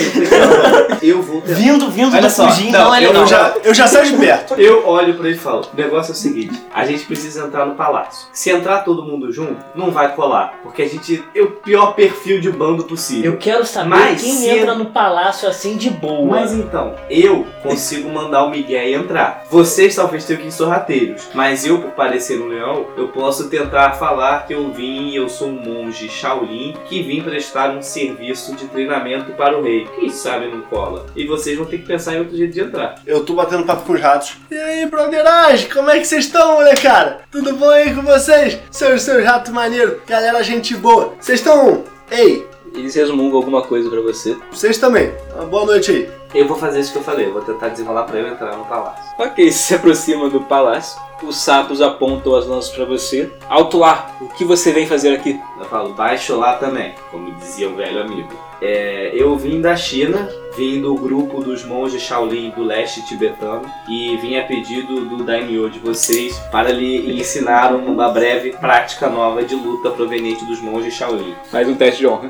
Speaker 4: Eu vou tentar.
Speaker 6: Vindo, vindo
Speaker 4: Olha
Speaker 6: do
Speaker 4: só,
Speaker 6: Fujin,
Speaker 4: tá não,
Speaker 6: não, é
Speaker 4: eu
Speaker 6: legal.
Speaker 3: Eu já, eu já saio de perto.
Speaker 4: Eu olho pra ele e falo: o negócio é o seguinte, a gente precisa entrar no palácio. Se entrar todo mundo junto, não vai colar, porque a gente é o pior perfil de bando possível.
Speaker 6: Eu quero saber
Speaker 4: Mas
Speaker 6: quem
Speaker 4: se-
Speaker 6: entra no palácio assim de boa.
Speaker 4: Mas então, eu consigo mandar o Miguel e entrar. Vocês talvez tenham que ir sorrateiros, mas eu, por parecer um leão, eu posso tentar falar que eu vim, eu sou um monge Shaolin que vim prestar um serviço de treinamento para o rei. Quem sabe não cola. E vocês vão ter que pensar em outro jeito de entrar.
Speaker 3: Eu tô batendo papo com os ratos. E aí, brotheragem, como é que vocês estão, molecada? Tudo bom aí com vocês? Seus, seus ratos maneiros, galera, gente boa. Vocês estão. Ei,
Speaker 2: Eles resmungam alguma coisa pra você.
Speaker 3: vocês também. Uma boa noite aí.
Speaker 4: Eu vou fazer isso que eu falei, eu vou tentar desenrolar para eu entrar no palácio.
Speaker 2: Ok, se aproxima do palácio. Os sapos apontam as lanças pra você. Alto lá, o que você vem fazer aqui?
Speaker 4: Eu falo, baixo lá também, como dizia o velho amigo. É, eu vim da China, vim do grupo dos monges Shaolin do leste tibetano e vim a pedido do Daimyo de vocês para lhe ensinar uma breve prática nova de luta proveniente dos monges Shaolin.
Speaker 2: Mais um teste de honra.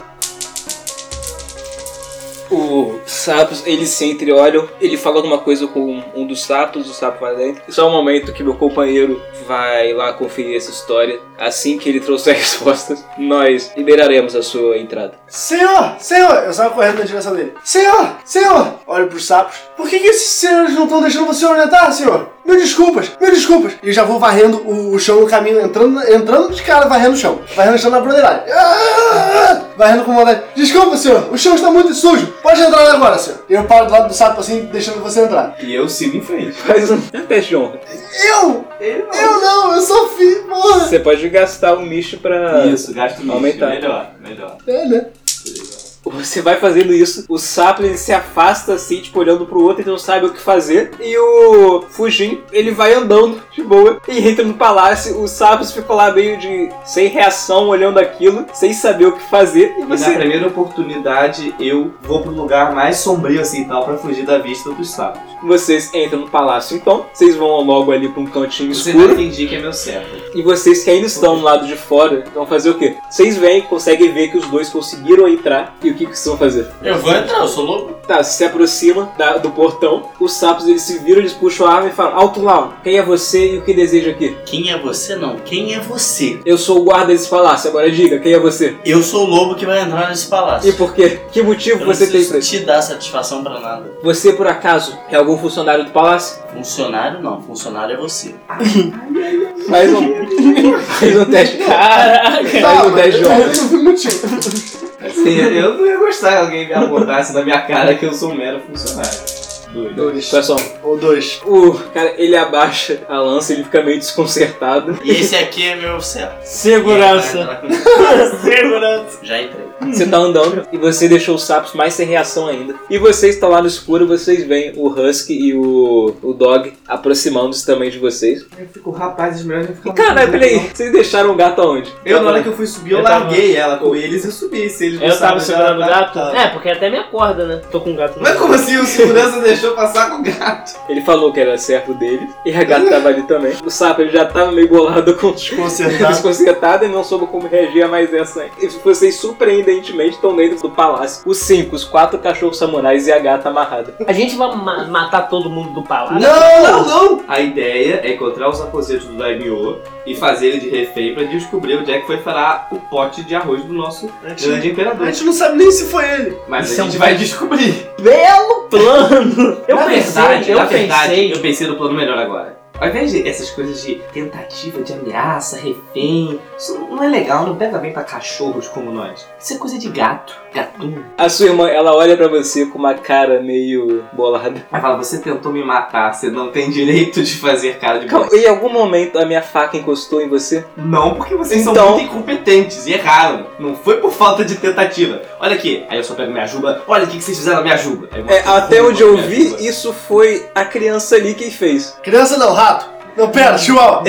Speaker 2: Os sapos, eles se entreolham. Ele fala alguma coisa com um dos sapos, o sapo vai dentro. Só um momento que meu companheiro vai lá conferir essa história. Assim que ele trouxer respostas, nós liberaremos a sua entrada.
Speaker 3: Senhor! Senhor! Eu saio correndo na direção dele. Senhor! Senhor! Olho pros sapos. Por que, que esses senhores não estão deixando você orientar, senhor? mil desculpas, mil desculpas. E já vou varrendo o, o chão no caminho, entrando, entrando de cara, varrendo o chão. Varrendo o chão na broderagem. Ah! Varrendo com vontade. Desculpa, senhor, o chão está muito sujo. Pode entrar agora, senhor. E eu paro do lado do sapo assim, deixando você entrar.
Speaker 4: E eu sigo em frente.
Speaker 2: Faz um
Speaker 7: É um teste de honra.
Speaker 3: Eu? Eu não, eu sou filho, porra.
Speaker 2: Você pode gastar o misto pra.
Speaker 4: Isso, gasto lixo.
Speaker 2: Aumentar.
Speaker 4: Melhor, melhor.
Speaker 3: É, né?
Speaker 2: Você vai fazendo isso, o sapo ele se afasta assim, tipo, olhando pro outro, ele não sabe o que fazer. E o Fujin, ele vai andando de boa e entra no palácio. Os sapos ficam lá meio de. sem reação, olhando aquilo, sem saber o que fazer. E
Speaker 4: E na
Speaker 2: você.
Speaker 4: primeira oportunidade, eu vou pro lugar mais sombrio assim e tal pra fugir da vista dos sapos.
Speaker 2: Vocês entram no palácio então, vocês vão logo ali pra um cantinho
Speaker 4: Você
Speaker 2: escuro.
Speaker 4: vai entendi que é meu servo.
Speaker 2: E vocês que ainda estão do lado de fora vão fazer o quê? Vocês vêm, conseguem ver que os dois conseguiram entrar e o que, que vocês vão fazer?
Speaker 5: Eu vou entrar, eu sou louco.
Speaker 2: Tá, se aproxima da- do portão, os sapos eles se viram, eles puxam a arma e falam: Alto lá, quem é você e o que deseja aqui?
Speaker 5: Quem é você? Não, quem é você?
Speaker 2: Eu sou o guarda desse palácio, agora diga, quem é você?
Speaker 5: Eu sou o lobo que vai entrar nesse palácio.
Speaker 2: E por quê? Que motivo
Speaker 5: Eu não
Speaker 2: você tem pra
Speaker 5: preciso
Speaker 2: isso?
Speaker 5: te dar satisfação pra nada.
Speaker 2: Você, por acaso, é algum funcionário do palácio?
Speaker 5: Funcionário não, funcionário é você.
Speaker 2: Faz um, faz um teste.
Speaker 6: Caraca!
Speaker 2: Faz um teste de honra.
Speaker 3: eu não vi motivo.
Speaker 4: Assim, eu não ia gostar que alguém me abordasse na minha cara que eu sou um mero funcionário. Doido.
Speaker 3: Dois.
Speaker 2: Pessoal,
Speaker 3: Ou dois.
Speaker 2: o cara, ele abaixa a lança, ele fica meio desconcertado.
Speaker 5: E esse aqui é meu é servo.
Speaker 6: Segurança! Segurança!
Speaker 5: Já entrei.
Speaker 2: Você tá andando e você deixou os sapos mais sem reação ainda. E vocês estão lá no escuro, vocês veem o Husky e o, o Dog aproximando-se também de vocês.
Speaker 4: Eu fico, rapazes, melhor não ficar.
Speaker 2: Caralho, peraí, vocês deixaram o gato aonde?
Speaker 4: Eu, na hora que eu fui subir, eu,
Speaker 6: Eu tava-
Speaker 4: larguei ela com eles e eu subi. Se eles não
Speaker 6: Eu
Speaker 4: sabem,
Speaker 6: tava segurando o
Speaker 4: ela
Speaker 6: gato?
Speaker 4: tá-
Speaker 6: É, porque até me acorda, né? Tô com um gato. no
Speaker 4: Mas como assim o segurança deixou passar com o gato?
Speaker 2: Ele falou que era servo dele e a gata tava ali também. O sapo ele já tava meio bolado com os
Speaker 3: Consertado.
Speaker 2: desconcertado e não soube como reagir a mais essa. E vocês surpreendentemente estão dentro do palácio. Os cinco, os quatro cachorros samurais e a gata amarrada.
Speaker 6: A gente vai ma- matar todo mundo do palácio?
Speaker 4: assim? Não, não! A ideia é encontrar os aposentos do Daimyo e fazer ele de refém pra descobrir onde é que foi parar o pote de arroz do nosso
Speaker 3: A gente-
Speaker 4: grande imperador.
Speaker 3: a gente não sabe nem se foi ele.
Speaker 4: Mas
Speaker 6: Isso é
Speaker 4: a gente
Speaker 6: um
Speaker 4: vai descobrir.
Speaker 6: Plano! Eu
Speaker 4: na
Speaker 6: pensei,
Speaker 4: verdade,
Speaker 6: eu
Speaker 4: na
Speaker 6: pensei.
Speaker 4: verdade, eu pensei no plano melhor agora. Ao invés de essas coisas de tentativa de ameaça, refém, isso não é legal, não pega bem pra cachorros como nós. Isso é coisa de gato, gatum.
Speaker 2: A sua irmã, ela olha pra você com uma cara meio bolada.
Speaker 4: Vai falar, você tentou me matar, você não tem direito de fazer cara de
Speaker 2: Calma,
Speaker 4: bosta.
Speaker 2: em algum momento a minha faca encostou em você?
Speaker 4: Não, porque vocês
Speaker 2: Então.
Speaker 4: são muito incompetentes e erraram. Não foi por falta de tentativa. Olha aqui, aí eu só pego minha juba. Olha o que que vocês fizeram na minha juba. Aí
Speaker 2: É,
Speaker 4: mostro
Speaker 2: até
Speaker 4: como
Speaker 2: onde eu
Speaker 4: minha
Speaker 2: vi,
Speaker 4: juba.
Speaker 2: isso foi a criança ali quem fez.
Speaker 3: Criança não, rato. Não, pera, chihuahua.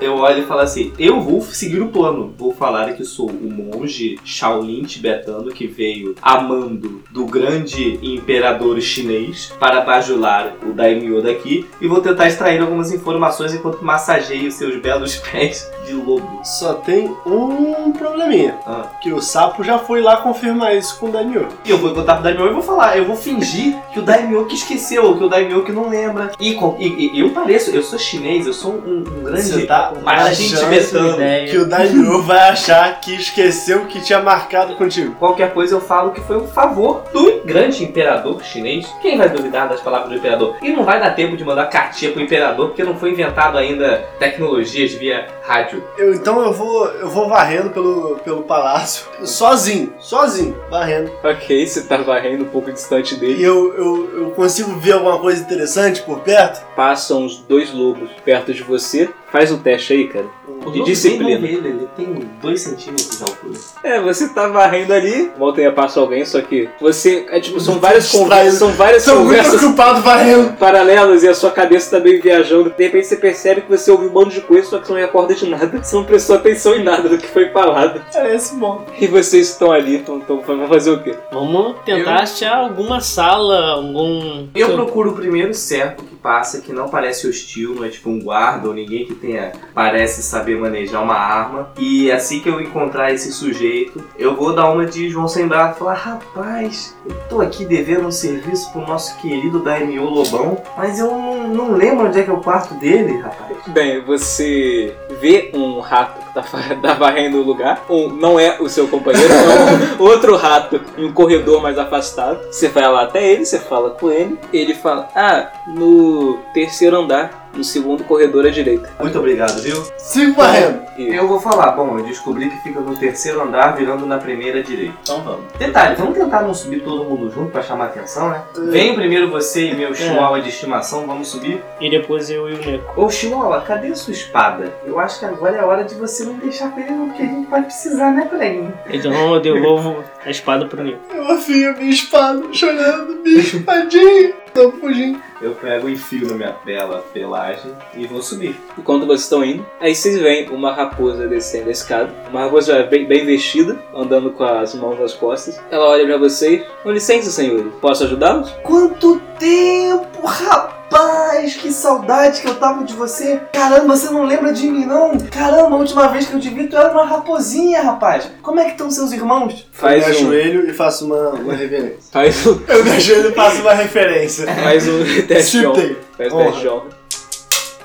Speaker 4: Eu olho e falo assim: eu vou seguir o plano. Vou falar que sou o monge Shaolin tibetano que veio a mando do grande imperador chinês para bajular o daimyo daqui. E vou tentar extrair algumas informações enquanto massageio seus belos pés de lobo.
Speaker 3: Só tem um probleminha.
Speaker 4: Ah.
Speaker 3: Que o sapo já foi lá confirmar isso com o Daniel.
Speaker 4: E eu vou contar pro Daimyo e vou falar, eu vou fingir que o Daimyo que esqueceu, que o Daimyo que não lembra. E, com- e- e eu pareço, eu sou chinês, eu sou um, um grande
Speaker 3: tá
Speaker 4: mastim
Speaker 3: achando
Speaker 4: tibetano.
Speaker 3: que o Daniel vai achar que esqueceu que tinha marcado contigo.
Speaker 4: Qualquer coisa eu falo que foi um favor do grande imperador chinês. Quem vai duvidar das palavras do imperador? E não vai dar tempo de mandar cartinha pro imperador, porque não foi inventado ainda tecnologias via rádio.
Speaker 3: Eu, então eu vou, eu vou varrendo pelo, pelo palácio, sozinho, sozinho, varrendo.
Speaker 2: Ok, você tá varrendo um pouco distante
Speaker 3: E
Speaker 2: dele.
Speaker 3: eu, eu, eu consigo ver alguma coisa interessante por perto?
Speaker 2: Passam os dois lobos perto de você. Faz um teste aí, cara. De disciplina.
Speaker 4: um Ele, ele tem 2 centímetros de altura.
Speaker 2: É, você tá varrendo ali. Volta e passa alguém, só que você. É tipo, são várias
Speaker 3: Distraído.
Speaker 2: conversas. São várias
Speaker 3: Estou muito
Speaker 2: conversas
Speaker 3: ocupado varrendo.
Speaker 2: paralelas e a sua cabeça tá meio viajando. De repente você percebe que você ouviu um bando de coisa, só que você não recorda de nada. Você não prestou atenção em nada do que foi falado.
Speaker 3: Parece bom.
Speaker 2: E vocês estão ali, então então vão fazer o quê?
Speaker 6: Vamos tentar achar alguma sala, algum.
Speaker 4: Eu procuro o primeiro certo que passa, que não parece hostil, não é tipo um guarda ou ninguém que tenha parece saber manejar uma arma. E assim que eu encontrar esse sujeito, eu vou dar uma de João sem braço e falar: Rapaz, eu tô aqui devendo um serviço pro nosso querido Daimyo Lobão, mas eu não, não lembro onde é que é o quarto dele, rapaz.
Speaker 2: Bem, você vê um rato que tá, fa- tá varrendo o lugar, ou não é o seu companheiro, é um outro rato em um corredor mais afastado. Você vai lá até ele, você fala com ele, ele fala: Ah, no terceiro andar, no segundo corredor à direita.
Speaker 4: Muito obrigado, viu?
Speaker 3: Sigo varrendo.
Speaker 2: E
Speaker 4: Eu vou falar, bom, eu descobri que fica no terceiro andar, virando na primeira direita.
Speaker 5: Então vamos.
Speaker 4: Detalhe, vamos tentar não subir todo mundo junto pra chamar atenção, né? Vem primeiro você e meu chihuahua de estimação, vamos subir.
Speaker 6: E depois eu e o Neco.
Speaker 4: Ô chihuahua, cadê sua espada? Eu acho que agora é a hora de você não deixar com ele não, porque a gente vai precisar, né, Plane?
Speaker 6: Então eu devolvo a espada pro Neco.
Speaker 3: Eu afio a minha espada, chorando, minha espadinha. Tô fugindo.
Speaker 4: Eu pego e enfio na minha bela pelagem e vou subir.
Speaker 2: enquanto vocês estão indo, aí vocês veem uma raposa descendo a escada, uma raposa é bem, bem vestida, andando com as mãos nas costas. Ela olha pra vocês: Com licença, senhores, posso ajudá-los?
Speaker 4: Quanto tempo, rapaz! Que saudade que eu tava de você! Caramba, você não lembra de mim, não? Caramba, a última vez que eu te vi, tu era uma raposinha, rapaz! Como é que estão seus irmãos?
Speaker 3: Faz eu me
Speaker 2: Faz um,
Speaker 3: ajoelho e faço uma, uma reverência.
Speaker 2: faz um,
Speaker 3: Eu me ajoelho e faço uma referência.
Speaker 2: faz um teste de honra.
Speaker 3: Chutei.
Speaker 2: Faz um
Speaker 3: Honra.
Speaker 2: teste de honra.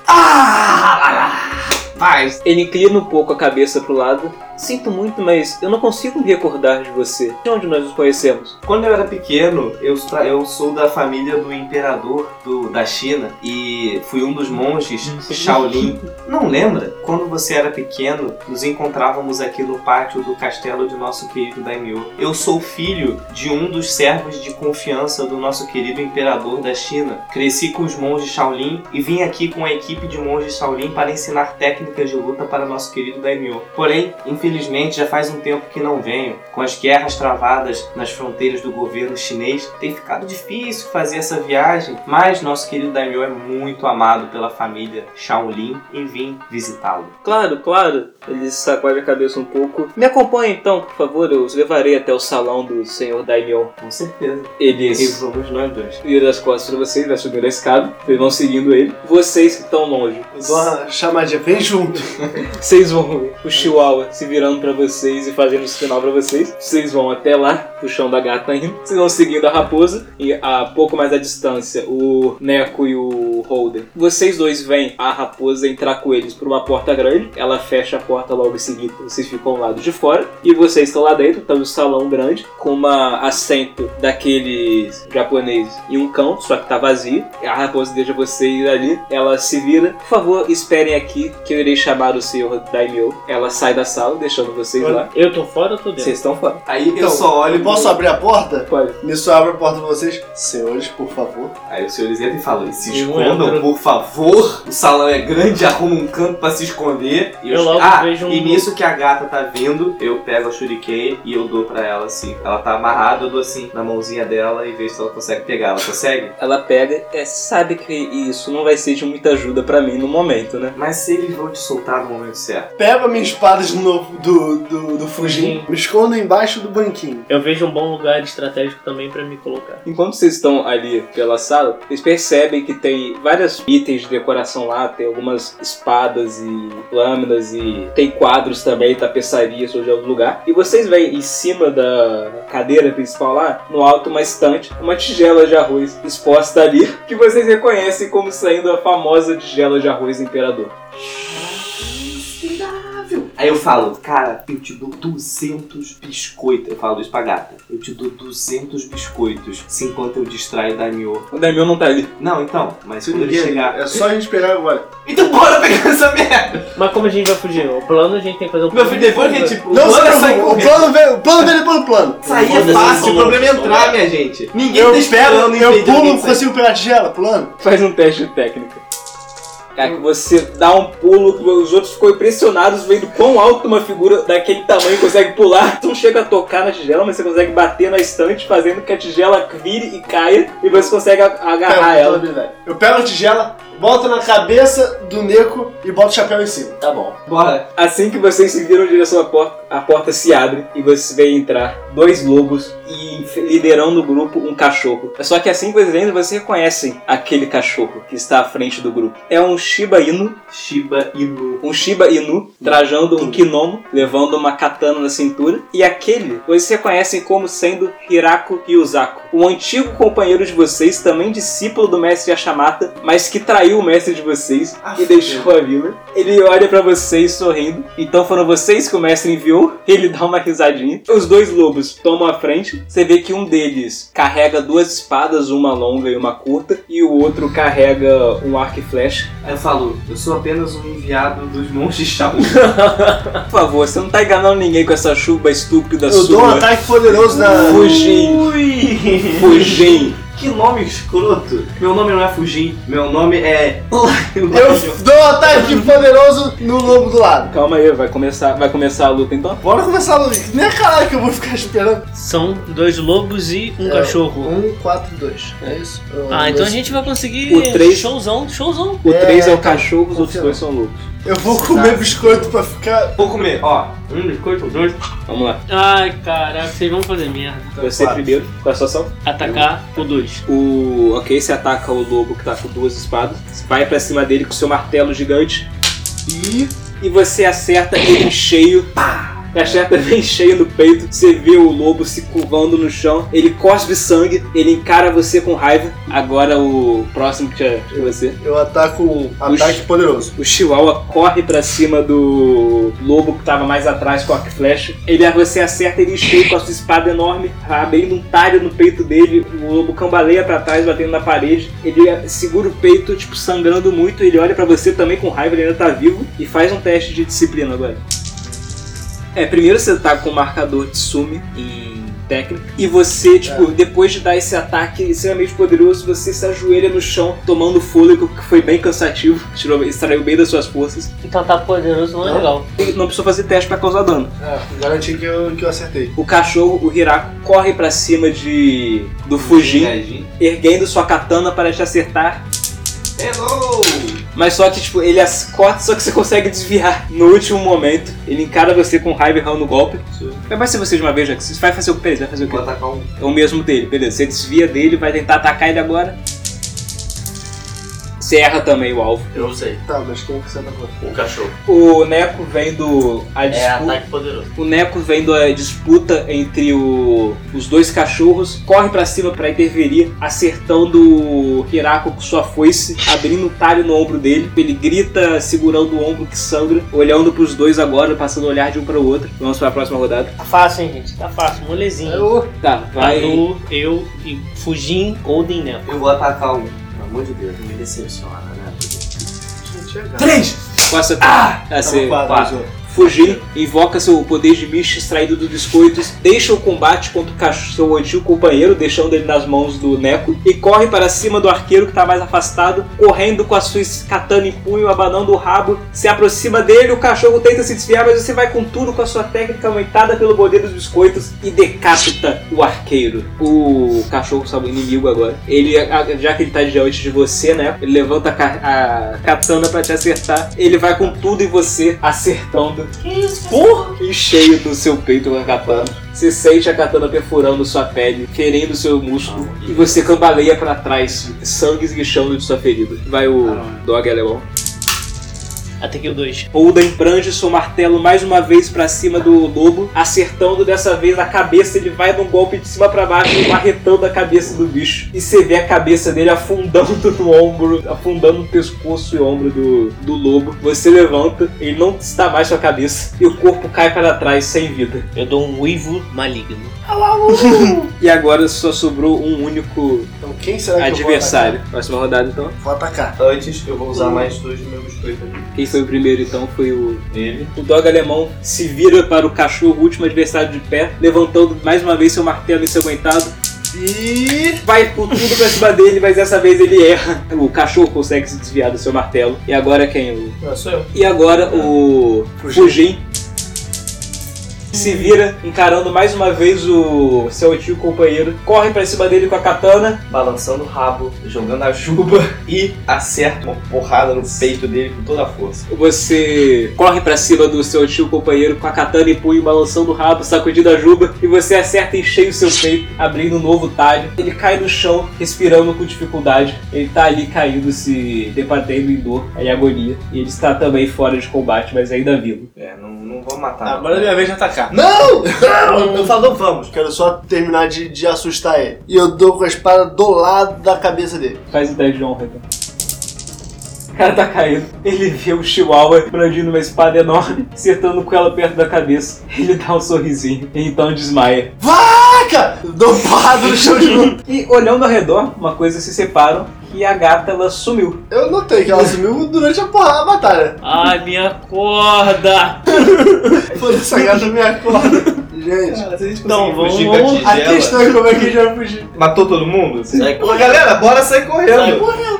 Speaker 4: Ah! Vai,
Speaker 2: Ele inclina um pouco a cabeça pro lado. Sinto muito, mas eu não consigo me recordar de você. De onde nós nos conhecemos?
Speaker 4: Quando eu era pequeno, eu, tra- eu sou da família do imperador do- da China e fui um dos monges Shaolin. Não lembra? Quando você era pequeno, nos encontrávamos aqui no pátio do castelo de nosso querido Daimyo. Eu sou filho de um dos servos de confiança do nosso querido imperador da China. Cresci com os monges Shaolin e vim aqui com a equipe de monges Shaolin para ensinar técnicas de luta para nosso querido Daimyo. Porém, infelizmente, já faz um tempo que não venho. Com as guerras travadas nas fronteiras do governo chinês, tem ficado difícil fazer essa viagem, mas nosso querido Daimyo é muito amado pela família Shaolin e vim visitá-lo.
Speaker 2: Claro, claro. Ele sacode a cabeça um pouco. Me acompanhe então, por favor. Eu os levarei até o salão do senhor Daimyo.
Speaker 4: Com certeza. E
Speaker 2: Eles
Speaker 4: vamos nós dois.
Speaker 2: viram as costas pra vocês, vai subindo a escada. Vocês vão seguindo ele. Vocês que estão longe.
Speaker 3: Eu dou uma chamadinha, vem junto.
Speaker 2: Vocês vão ver o Chihuahua se virando pra vocês e fazendo esse sinal pra vocês. Vocês vão até lá, o chão da gata ainda. Vocês vão seguindo a raposa e a pouco mais à distância, o Neco e o Holden. Vocês dois veem a raposa entrar com eles por uma porta grande. Ela fecha a porta logo em seguida. Vocês ficam ao lado de fora. E vocês estão lá dentro, estão no salão grande, com uma assento daqueles japoneses e um cão, só que tá vazio. A raposa deixa vocês ali. Ela se vira. Por favor, esperem aqui que eu irei chamar o senhor Daimyo. Ela sai da sala, deixando vocês lá.
Speaker 6: Eu tô fora ou tô dentro?
Speaker 2: Vocês estão fora.
Speaker 4: Aí
Speaker 3: Então,
Speaker 4: eu só olho
Speaker 3: Eu
Speaker 4: pro-
Speaker 3: posso abrir a porta?
Speaker 2: Pode.
Speaker 3: Nisso eu abro a porta pra vocês. Senhores, por favor.
Speaker 4: Aí os senhores entram e falam: se
Speaker 6: Eu
Speaker 4: escondam,
Speaker 6: entro.
Speaker 4: por favor. O salão é grande, arruma um canto pra se esconder. E
Speaker 6: Eu
Speaker 4: os-
Speaker 6: logo
Speaker 4: ah,
Speaker 6: vejo um-
Speaker 4: E nisso que a gata tá vindo, eu pego a shuriken e eu dou pra ela assim. Ela tá amarrada, eu dou assim na mãozinha dela e vejo se ela consegue pegar. Ela consegue?
Speaker 2: Ela pega, é, sabe que isso não vai ser de muita ajuda pra mim no momento, né?
Speaker 4: Mas se eles vão te soltar no momento certo.
Speaker 3: Pego a minha espada de novo do, do, do Fujin.
Speaker 6: Fujin.
Speaker 3: Me escondo embaixo do banquinho.
Speaker 6: Eu vejo um bom lugar estratégico também pra me colocar.
Speaker 2: Enquanto vocês estão ali pela sala, vocês percebem que tem vários itens de decoração lá, tem algumas espadas e lâminas e tem quadros também, tapeçarias sobre algum lugar. E vocês veem em cima da cadeira principal lá, no alto uma estante, uma tigela de arroz exposta ali, que vocês reconhecem como saindo a famosa tigela de arroz imperador.
Speaker 4: Aí eu falo: cara, eu te dou 200 biscoitos. Eu falo isso pra gata: eu te dou 200 biscoitos. Se enquanto eu distraio da Mio.
Speaker 2: O Damião não tá ali.
Speaker 4: Não, então, mas quando ele chegar.
Speaker 3: É só a gente pegar agora.
Speaker 4: Então bora pegar essa merda!
Speaker 6: Mas como a gente vai fugir? O plano a gente tem que fazer um
Speaker 4: Meu filho, depois que tipo, a gente.
Speaker 3: Não se
Speaker 4: Bora é sair
Speaker 3: preocupe, o
Speaker 4: correndo.
Speaker 3: plano veio, o plano veio pelo plano.
Speaker 4: Sair é fácil, o problema é entrar, minha gente. Ninguém
Speaker 3: Eu
Speaker 4: tá
Speaker 3: pego,
Speaker 4: esperando
Speaker 3: eu
Speaker 4: impedir alguém
Speaker 3: pulo,
Speaker 4: de sair.
Speaker 3: consigo pegar a tigela, pulando.
Speaker 2: Faz um teste de técnica. Cara, que você dá um pulo, que os outros ficam impressionados vendo quão alto uma figura daquele tamanho consegue pular. Tu não chega a tocar na tigela, mas você consegue bater na estante, fazendo que a tigela vire e caia, e você consegue a-
Speaker 3: Pego,
Speaker 2: agarrar ela.
Speaker 3: habilidade. Eu pego a tigela, boto na cabeça do Neco e boto o chapéu em cima.
Speaker 5: Tá bom.
Speaker 4: Bora.
Speaker 2: Assim que vocês se viram em direção à porta, a porta se abre e você vê entrar dois lobos e f- liderando o grupo um cachorro. Só que assim que vocês entram, vocês reconhecem aquele cachorro que está à frente do grupo. É um Shiba Inu
Speaker 4: Shiba Inu.
Speaker 2: um Shiba Inu trajando um kimono, levando uma katana na cintura, e aquele vocês reconhecem como sendo Hirako Ryuzako, um antigo companheiro de vocês, também discípulo do mestre Yashamata, mas que traiu o mestre de vocês
Speaker 4: Ah,
Speaker 2: e deixou a vila. Ele olha pra vocês sorrindo. Então foram vocês que o mestre enviou. Ele dá uma risadinha. Os dois lobos tomam a frente. Você vê que um deles carrega duas espadas, uma longa e uma curta, e o outro carrega um arco e flecha.
Speaker 4: Aí eu falo, eu sou apenas um enviado dos monges Shaolin.
Speaker 2: Por favor, você não tá enganando ninguém com essa chuva estúpida
Speaker 3: Eu dou um
Speaker 2: sua.
Speaker 3: ataque poderoso na.
Speaker 2: Fugim,
Speaker 4: Ui!
Speaker 2: fugim.
Speaker 4: Que nome escroto! Meu nome não é Fugim, meu nome é.
Speaker 3: Eu dou um ataque poderoso no lobo do lado.
Speaker 2: Calma aí, vai começar, vai começar a luta então.
Speaker 3: Bora começar, Luiz. Nem a caralho que eu vou ficar esperando.
Speaker 6: São dois lobos e um
Speaker 3: É,
Speaker 6: cachorro.
Speaker 3: Um, quatro, dois. É isso? Um,
Speaker 6: Ah, então a
Speaker 3: dois.
Speaker 6: gente vai conseguir
Speaker 2: O três-
Speaker 6: showzão, showzão.
Speaker 2: O
Speaker 3: É,
Speaker 2: 3 é, o
Speaker 3: tá.
Speaker 2: cachorro, os outros
Speaker 3: Confirma.
Speaker 2: dois são lobos.
Speaker 3: Eu vou comer biscoito pra ficar.
Speaker 4: Vou comer, ó. Um biscoito, dois.
Speaker 2: Vamos lá.
Speaker 6: Ai, caraca, vocês vão fazer merda.
Speaker 3: Então,
Speaker 2: Você
Speaker 3: Claro.
Speaker 2: primeiro, com a sua ação.
Speaker 6: Atacar o dois.
Speaker 2: O. Ok, você ataca o lobo que tá com duas espadas. Você vai pra cima dele com seu martelo gigante.
Speaker 3: E.
Speaker 2: E você acerta ele em cheio. Pá! Acerta bem cheio no peito. Você vê o lobo se curvando no chão. Ele cospe sangue. Ele encara você com raiva. Agora o próximo que é que é você.
Speaker 3: Eu ataco um ataque poderoso.
Speaker 2: O Chihuahua corre pra cima do lobo que tava mais atrás com a flecha. Ele você acerta ele em cheio com a sua espada enorme, abrindo um talho no peito dele. O lobo cambaleia pra trás, batendo na parede. Ele segura o peito, tipo, sangrando muito. Ele olha pra você também com raiva, ele ainda tá vivo. E faz um teste de disciplina agora. É, primeiro você tá com o marcador Tsumi em técnica. E você, tipo, depois de dar esse ataque extremamente poderoso, você se ajoelha no chão, tomando fôlego, que foi bem cansativo. Tirou, extraiu bem das suas forças.
Speaker 6: Então tá poderoso, não é
Speaker 3: Não.
Speaker 6: legal.
Speaker 2: E não precisou fazer teste pra causar dano.
Speaker 3: É, garanti que eu, que eu acertei.
Speaker 2: O cachorro, o Hiraku, corre pra cima de do Fujin, erguendo sua katana para te acertar.
Speaker 4: Hello!
Speaker 2: Mas só que, tipo, ele as- corta, só que você consegue desviar no último momento. Ele encara você com raiva errando o golpe. Vai mais ser você de uma vez, já que você vai fazer o que? Vai fazer o quê?
Speaker 4: Vou atacar um.
Speaker 2: É o mesmo dele, beleza. Você desvia dele, vai tentar atacar ele agora. Você erra também o alvo.
Speaker 5: Eu usei.
Speaker 3: Tá, mas quem é que você atacou?
Speaker 5: O cachorro.
Speaker 2: O Neco vem do. A
Speaker 5: É
Speaker 2: disputa.
Speaker 5: ataque poderoso.
Speaker 2: o Neco vem da disputa entre o- os dois cachorros, corre pra cima pra interferir, acertando o Hirako com sua foice, abrindo um talho no ombro dele. Ele grita, segurando o ombro que sangra, olhando pros dois agora, passando o olhar de um para o outro. Vamos pra próxima rodada.
Speaker 6: Tá fácil, hein, gente? Tá fácil, molezinho.
Speaker 3: Eu.
Speaker 2: Tá, vai.
Speaker 6: Manu, eu e Fujin Golden Nepo.
Speaker 4: Eu vou atacar um. Pelo amor de Deus, não me decepciona, né?
Speaker 3: Gente, é gato.
Speaker 4: Três!
Speaker 2: Passa
Speaker 4: Ah!
Speaker 2: a ser quatro.
Speaker 3: Tava quatro, um. João.
Speaker 2: Fugir invoca seu poder de Mish extraído dos biscoitos, deixa o combate contra o cach- seu antigo companheiro, deixando ele nas mãos do Neco, e corre para cima do arqueiro que está mais afastado, correndo com a sua katana em punho, abanando o rabo, se aproxima dele, o cachorro tenta se desviar, mas você vai com tudo com a sua técnica aumentada pelo poder dos biscoitos e decapita o arqueiro. O cachorro sabe o inimigo agora. Ele, a- já que ele tá diante de você, né? Ele levanta a, ca- a katana para te acertar. Ele vai com tudo em você, acertando Porra! E cheio do seu peito com a katana. Você sente a katana perfurando sua pele, ferindo seu músculo, e você cambaleia pra trás, sangue esguichando de sua ferida. Vai o dog alemão.
Speaker 6: Ataquei o dois.
Speaker 2: Oden prange seu martelo mais uma vez pra cima do lobo, acertando dessa vez a cabeça. Ele vai num golpe de cima pra baixo, marretando a cabeça do bicho. E você vê a cabeça dele afundando no ombro, afundando o pescoço e ombro do, do lobo. Você levanta, ele não está mais sua cabeça, e o corpo cai para trás sem vida.
Speaker 6: Eu dou um uivo maligno.
Speaker 2: E agora só sobrou um único
Speaker 3: Então quem será que
Speaker 2: adversário. Próxima rodada então.
Speaker 3: eu vou atacar?
Speaker 4: Antes eu vou usar mais dois do meu biscoito ali.
Speaker 2: Quem foi o primeiro então foi o
Speaker 4: Ele.
Speaker 2: O dog alemão se vira para o cachorro, o último adversário de pé, levantando mais uma vez seu martelo ensanguentado.
Speaker 3: Vou atacar? E.
Speaker 2: Vai com tudo pra cima dele, mas dessa vez ele erra. O cachorro consegue se desviar do seu martelo. E agora quem? O-
Speaker 3: Não, Ah, sou eu.
Speaker 2: E agora o
Speaker 3: Fugim.
Speaker 2: Fugim se vira, encarando mais uma vez o seu antigo companheiro. Corre pra cima dele com a katana.
Speaker 4: Balançando o rabo, jogando a juba e acerta uma porrada no peito dele com toda a força.
Speaker 2: Você corre pra cima do seu antigo companheiro com a katana e punho, balançando o rabo, sacudindo a juba. E você acerta em cheio o seu peito, abrindo um novo talho. Ele cai no chão, respirando com dificuldade. Ele tá ali caído, se debatendo em dor, em agonia. E ele está também fora de combate, mas ainda vivo.
Speaker 4: É, não, não vou matar. não.
Speaker 3: Agora é minha vez de atacar. atacar.
Speaker 5: Não! Não! Eu falo, não vamos.
Speaker 3: Quero só terminar de, de assustar ele. E eu dou com a espada do lado da cabeça dele.
Speaker 2: Faz ideia de honra, então. O cara tá caindo. Ele vê o Chihuahua brandindo uma espada enorme, acertando com ela perto da cabeça. Ele dá um sorrisinho, e então desmaia.
Speaker 3: Vaca! Ah, Dou porrada no chão de novo.
Speaker 2: E olhando ao redor, uma coisa se separam e a gata ela sumiu.
Speaker 3: Eu notei que ela sumiu durante a porrada da batalha.
Speaker 6: Ai, me acorda!
Speaker 3: Foda-se, a gata me acorda. Gente,
Speaker 4: Cara, se a gente
Speaker 6: Então,
Speaker 4: conseguir fugir
Speaker 6: vamos-
Speaker 4: com a
Speaker 3: a
Speaker 4: tigela-
Speaker 3: questão é como é que a gente vai fugir.
Speaker 4: Matou todo mundo?
Speaker 5: Sai
Speaker 4: Pô, galera, bora sair
Speaker 5: Sai
Speaker 4: correndo.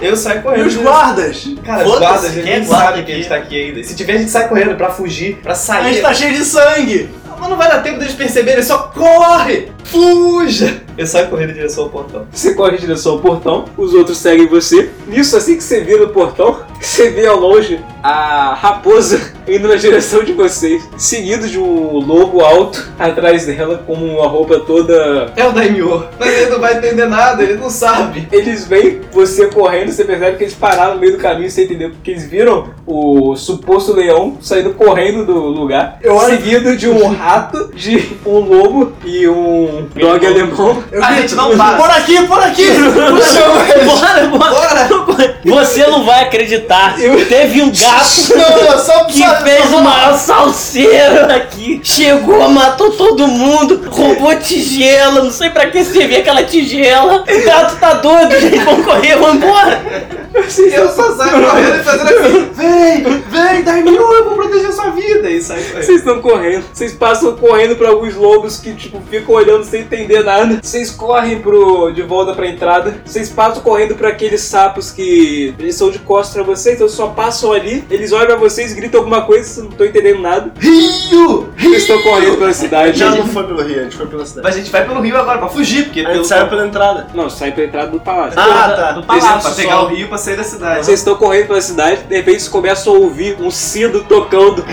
Speaker 4: Eu saio
Speaker 3: E
Speaker 4: correndo.
Speaker 3: os guardas?
Speaker 4: Cara, os
Speaker 5: Foda-se,
Speaker 4: guardas, eles
Speaker 5: quem é
Speaker 4: nem
Speaker 5: guarda
Speaker 4: sabem que a gente tá aqui ainda. Se tiver, a gente sai correndo pra fugir, pra
Speaker 3: A gente
Speaker 4: sair.
Speaker 3: tá cheio de sangue.
Speaker 4: Mas não vai dar tempo deles perceberem, só corre! Fuja! Eu saio correndo em direção ao portão.
Speaker 2: Você corre em direção ao portão, os outros seguem você. Nisso, assim que você vira o portão, você vê ao longe a raposa indo na direção de vocês, seguido de um lobo alto atrás dela, com uma roupa toda.
Speaker 4: É o Daimyo, mas ele não vai entender nada, ele não sabe.
Speaker 2: Eles veem você correndo, você percebe que eles pararam no meio do caminho, você entendeu? Porque eles viram o suposto leão saindo correndo do lugar,
Speaker 3: Eu olho-
Speaker 2: seguido de um rato, de um lobo e um dog alemão.
Speaker 3: Eu
Speaker 4: A
Speaker 3: grito,
Speaker 4: gente não
Speaker 3: eu-
Speaker 4: para.
Speaker 3: Por aqui, por aqui! Puxa,
Speaker 6: Bora, bora!
Speaker 4: Bora!
Speaker 6: Você não vai acreditar! Teve um gato
Speaker 3: não, eu só
Speaker 6: que
Speaker 3: só-
Speaker 6: fez
Speaker 3: só-
Speaker 6: uma salseira aqui, chegou, matou todo mundo, roubou tigela, não sei pra que servia aquela tigela. O gato tá doido, gente, vamos correr, vamos embora.
Speaker 4: Eu só saio correndo e fazendo assim. Vem, vem, Daimyo, eu vou proteger sua vida. E sai correndo.
Speaker 2: Vocês estão correndo, vocês passam correndo pra alguns lobos que, tipo, ficam olhando sem entender nada. Vocês correm pro, de volta pra entrada. Vocês passam correndo pra aqueles sapos que eles são de costas pra vocês, então só passam ali. Eles olham pra vocês, gritam alguma coisa, vocês não estão entendendo nada.
Speaker 3: Rio!
Speaker 2: Vocês estão correndo pela cidade.
Speaker 3: Já não foi pelo Rio, a gente foi pela cidade.
Speaker 4: Mas a gente vai pelo rio agora pra fugir, porque
Speaker 3: A gente
Speaker 4: pelo
Speaker 3: saiu pela entrada.
Speaker 2: Não, sai pra entrada do palácio.
Speaker 3: Ah, tá.
Speaker 6: Do
Speaker 4: Pra
Speaker 6: palácio
Speaker 4: pegar
Speaker 6: só.
Speaker 4: o rio e pra sair da cidade.
Speaker 2: Vocês estão correndo pela cidade, de repente vocês começam a ouvir um sino tocando.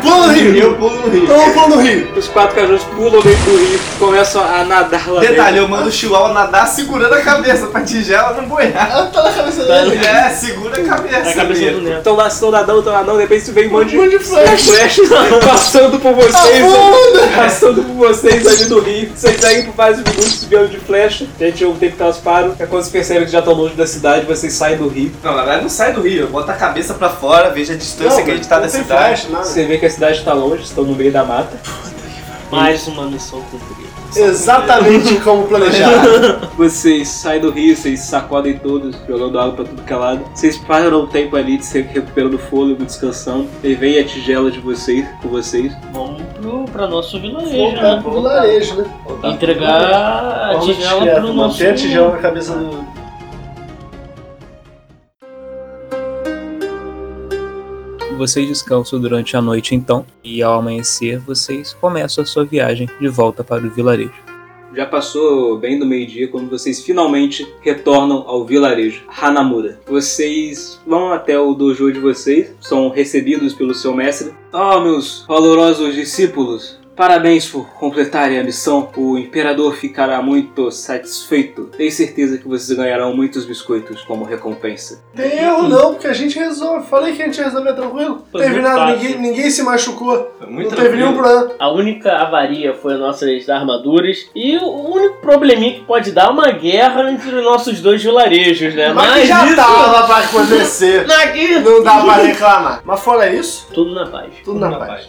Speaker 3: Pula no Rio, pula no Rio!
Speaker 4: Eu pulo no rio.
Speaker 3: Então eu pulo no Rio.
Speaker 2: Os quatro cachorros pulam dentro do rio, começam a nadar lá dentro.
Speaker 4: Detalhe, eu mando o Chihuahua nadar segurando a cabeça pra tigela não boiar.
Speaker 3: Ah, tá na cabeça dele.
Speaker 4: É, segura a cabeça.
Speaker 6: Na É cabeça do Neto.
Speaker 2: Estão lá, estão nadando, estão nadando, de repente vem um monte de
Speaker 3: Um monte de Tá flash.
Speaker 2: flechas passando por vocês.
Speaker 3: Afunda!
Speaker 2: Passando por vocês ali no rio, vocês seguem por vários minutos vendo de flecha. Gente, um tempo que elas param, é quando vocês percebem que já estão longe da cidade, vocês saem do rio.
Speaker 4: Não, na verdade não sai do rio, bota a cabeça pra fora, veja a distância que a gente tá da
Speaker 3: tem
Speaker 4: cidade.
Speaker 3: flash, nada.
Speaker 2: Você vê que a cidade está longe, estão no meio da mata.
Speaker 6: Mais uma missão cumprida.
Speaker 3: Exatamente como planejado.
Speaker 2: Vocês saem do rio, vocês sacodem todos, jogando água pra tudo que é lado. Vocês param um tempo ali, de se recuperando o fôlego, descansando. E vem a tigela de vocês, com vocês.
Speaker 6: Vamos pro, pra nosso vilarejo,
Speaker 3: Voltar
Speaker 6: né?
Speaker 3: pro vilarejo, né?
Speaker 6: Entregar a
Speaker 3: Vamos
Speaker 6: tigela
Speaker 3: direto,
Speaker 6: pro nosso...
Speaker 3: Manter a tigela na cabeça do...
Speaker 7: Vocês descansam durante a noite então, e ao amanhecer vocês começam a sua viagem de volta para o vilarejo.
Speaker 2: Já passou bem do meio-dia quando vocês finalmente retornam ao vilarejo Hanamura. Vocês vão até o dojo de vocês, são recebidos pelo seu mestre. Oh, meus valorosos discípulos! Parabéns por completarem a missão. O imperador ficará muito satisfeito. Tenho certeza que vocês ganharão muitos biscoitos como recompensa.
Speaker 3: Tem erro não, porque a gente resolve. Falei que a gente resolvia tranquilo.
Speaker 6: Foi
Speaker 3: Teve
Speaker 6: muito
Speaker 3: nada,
Speaker 6: fácil.
Speaker 3: ninguém, ninguém se machucou.
Speaker 4: Foi Muito
Speaker 3: não teve nenhum
Speaker 4: tranquilo.
Speaker 3: problema.
Speaker 6: A única avaria foi nossas armaduras. E o único probleminha que pode dar é uma guerra entre os nossos dois vilarejos, né?
Speaker 3: Mas, que já tá.
Speaker 6: isso-
Speaker 3: tava pra acontecer.
Speaker 6: Aqui.
Speaker 3: Não dá pra reclamar. Mas fora isso,
Speaker 6: Tudo na paz.
Speaker 3: tudo na paz.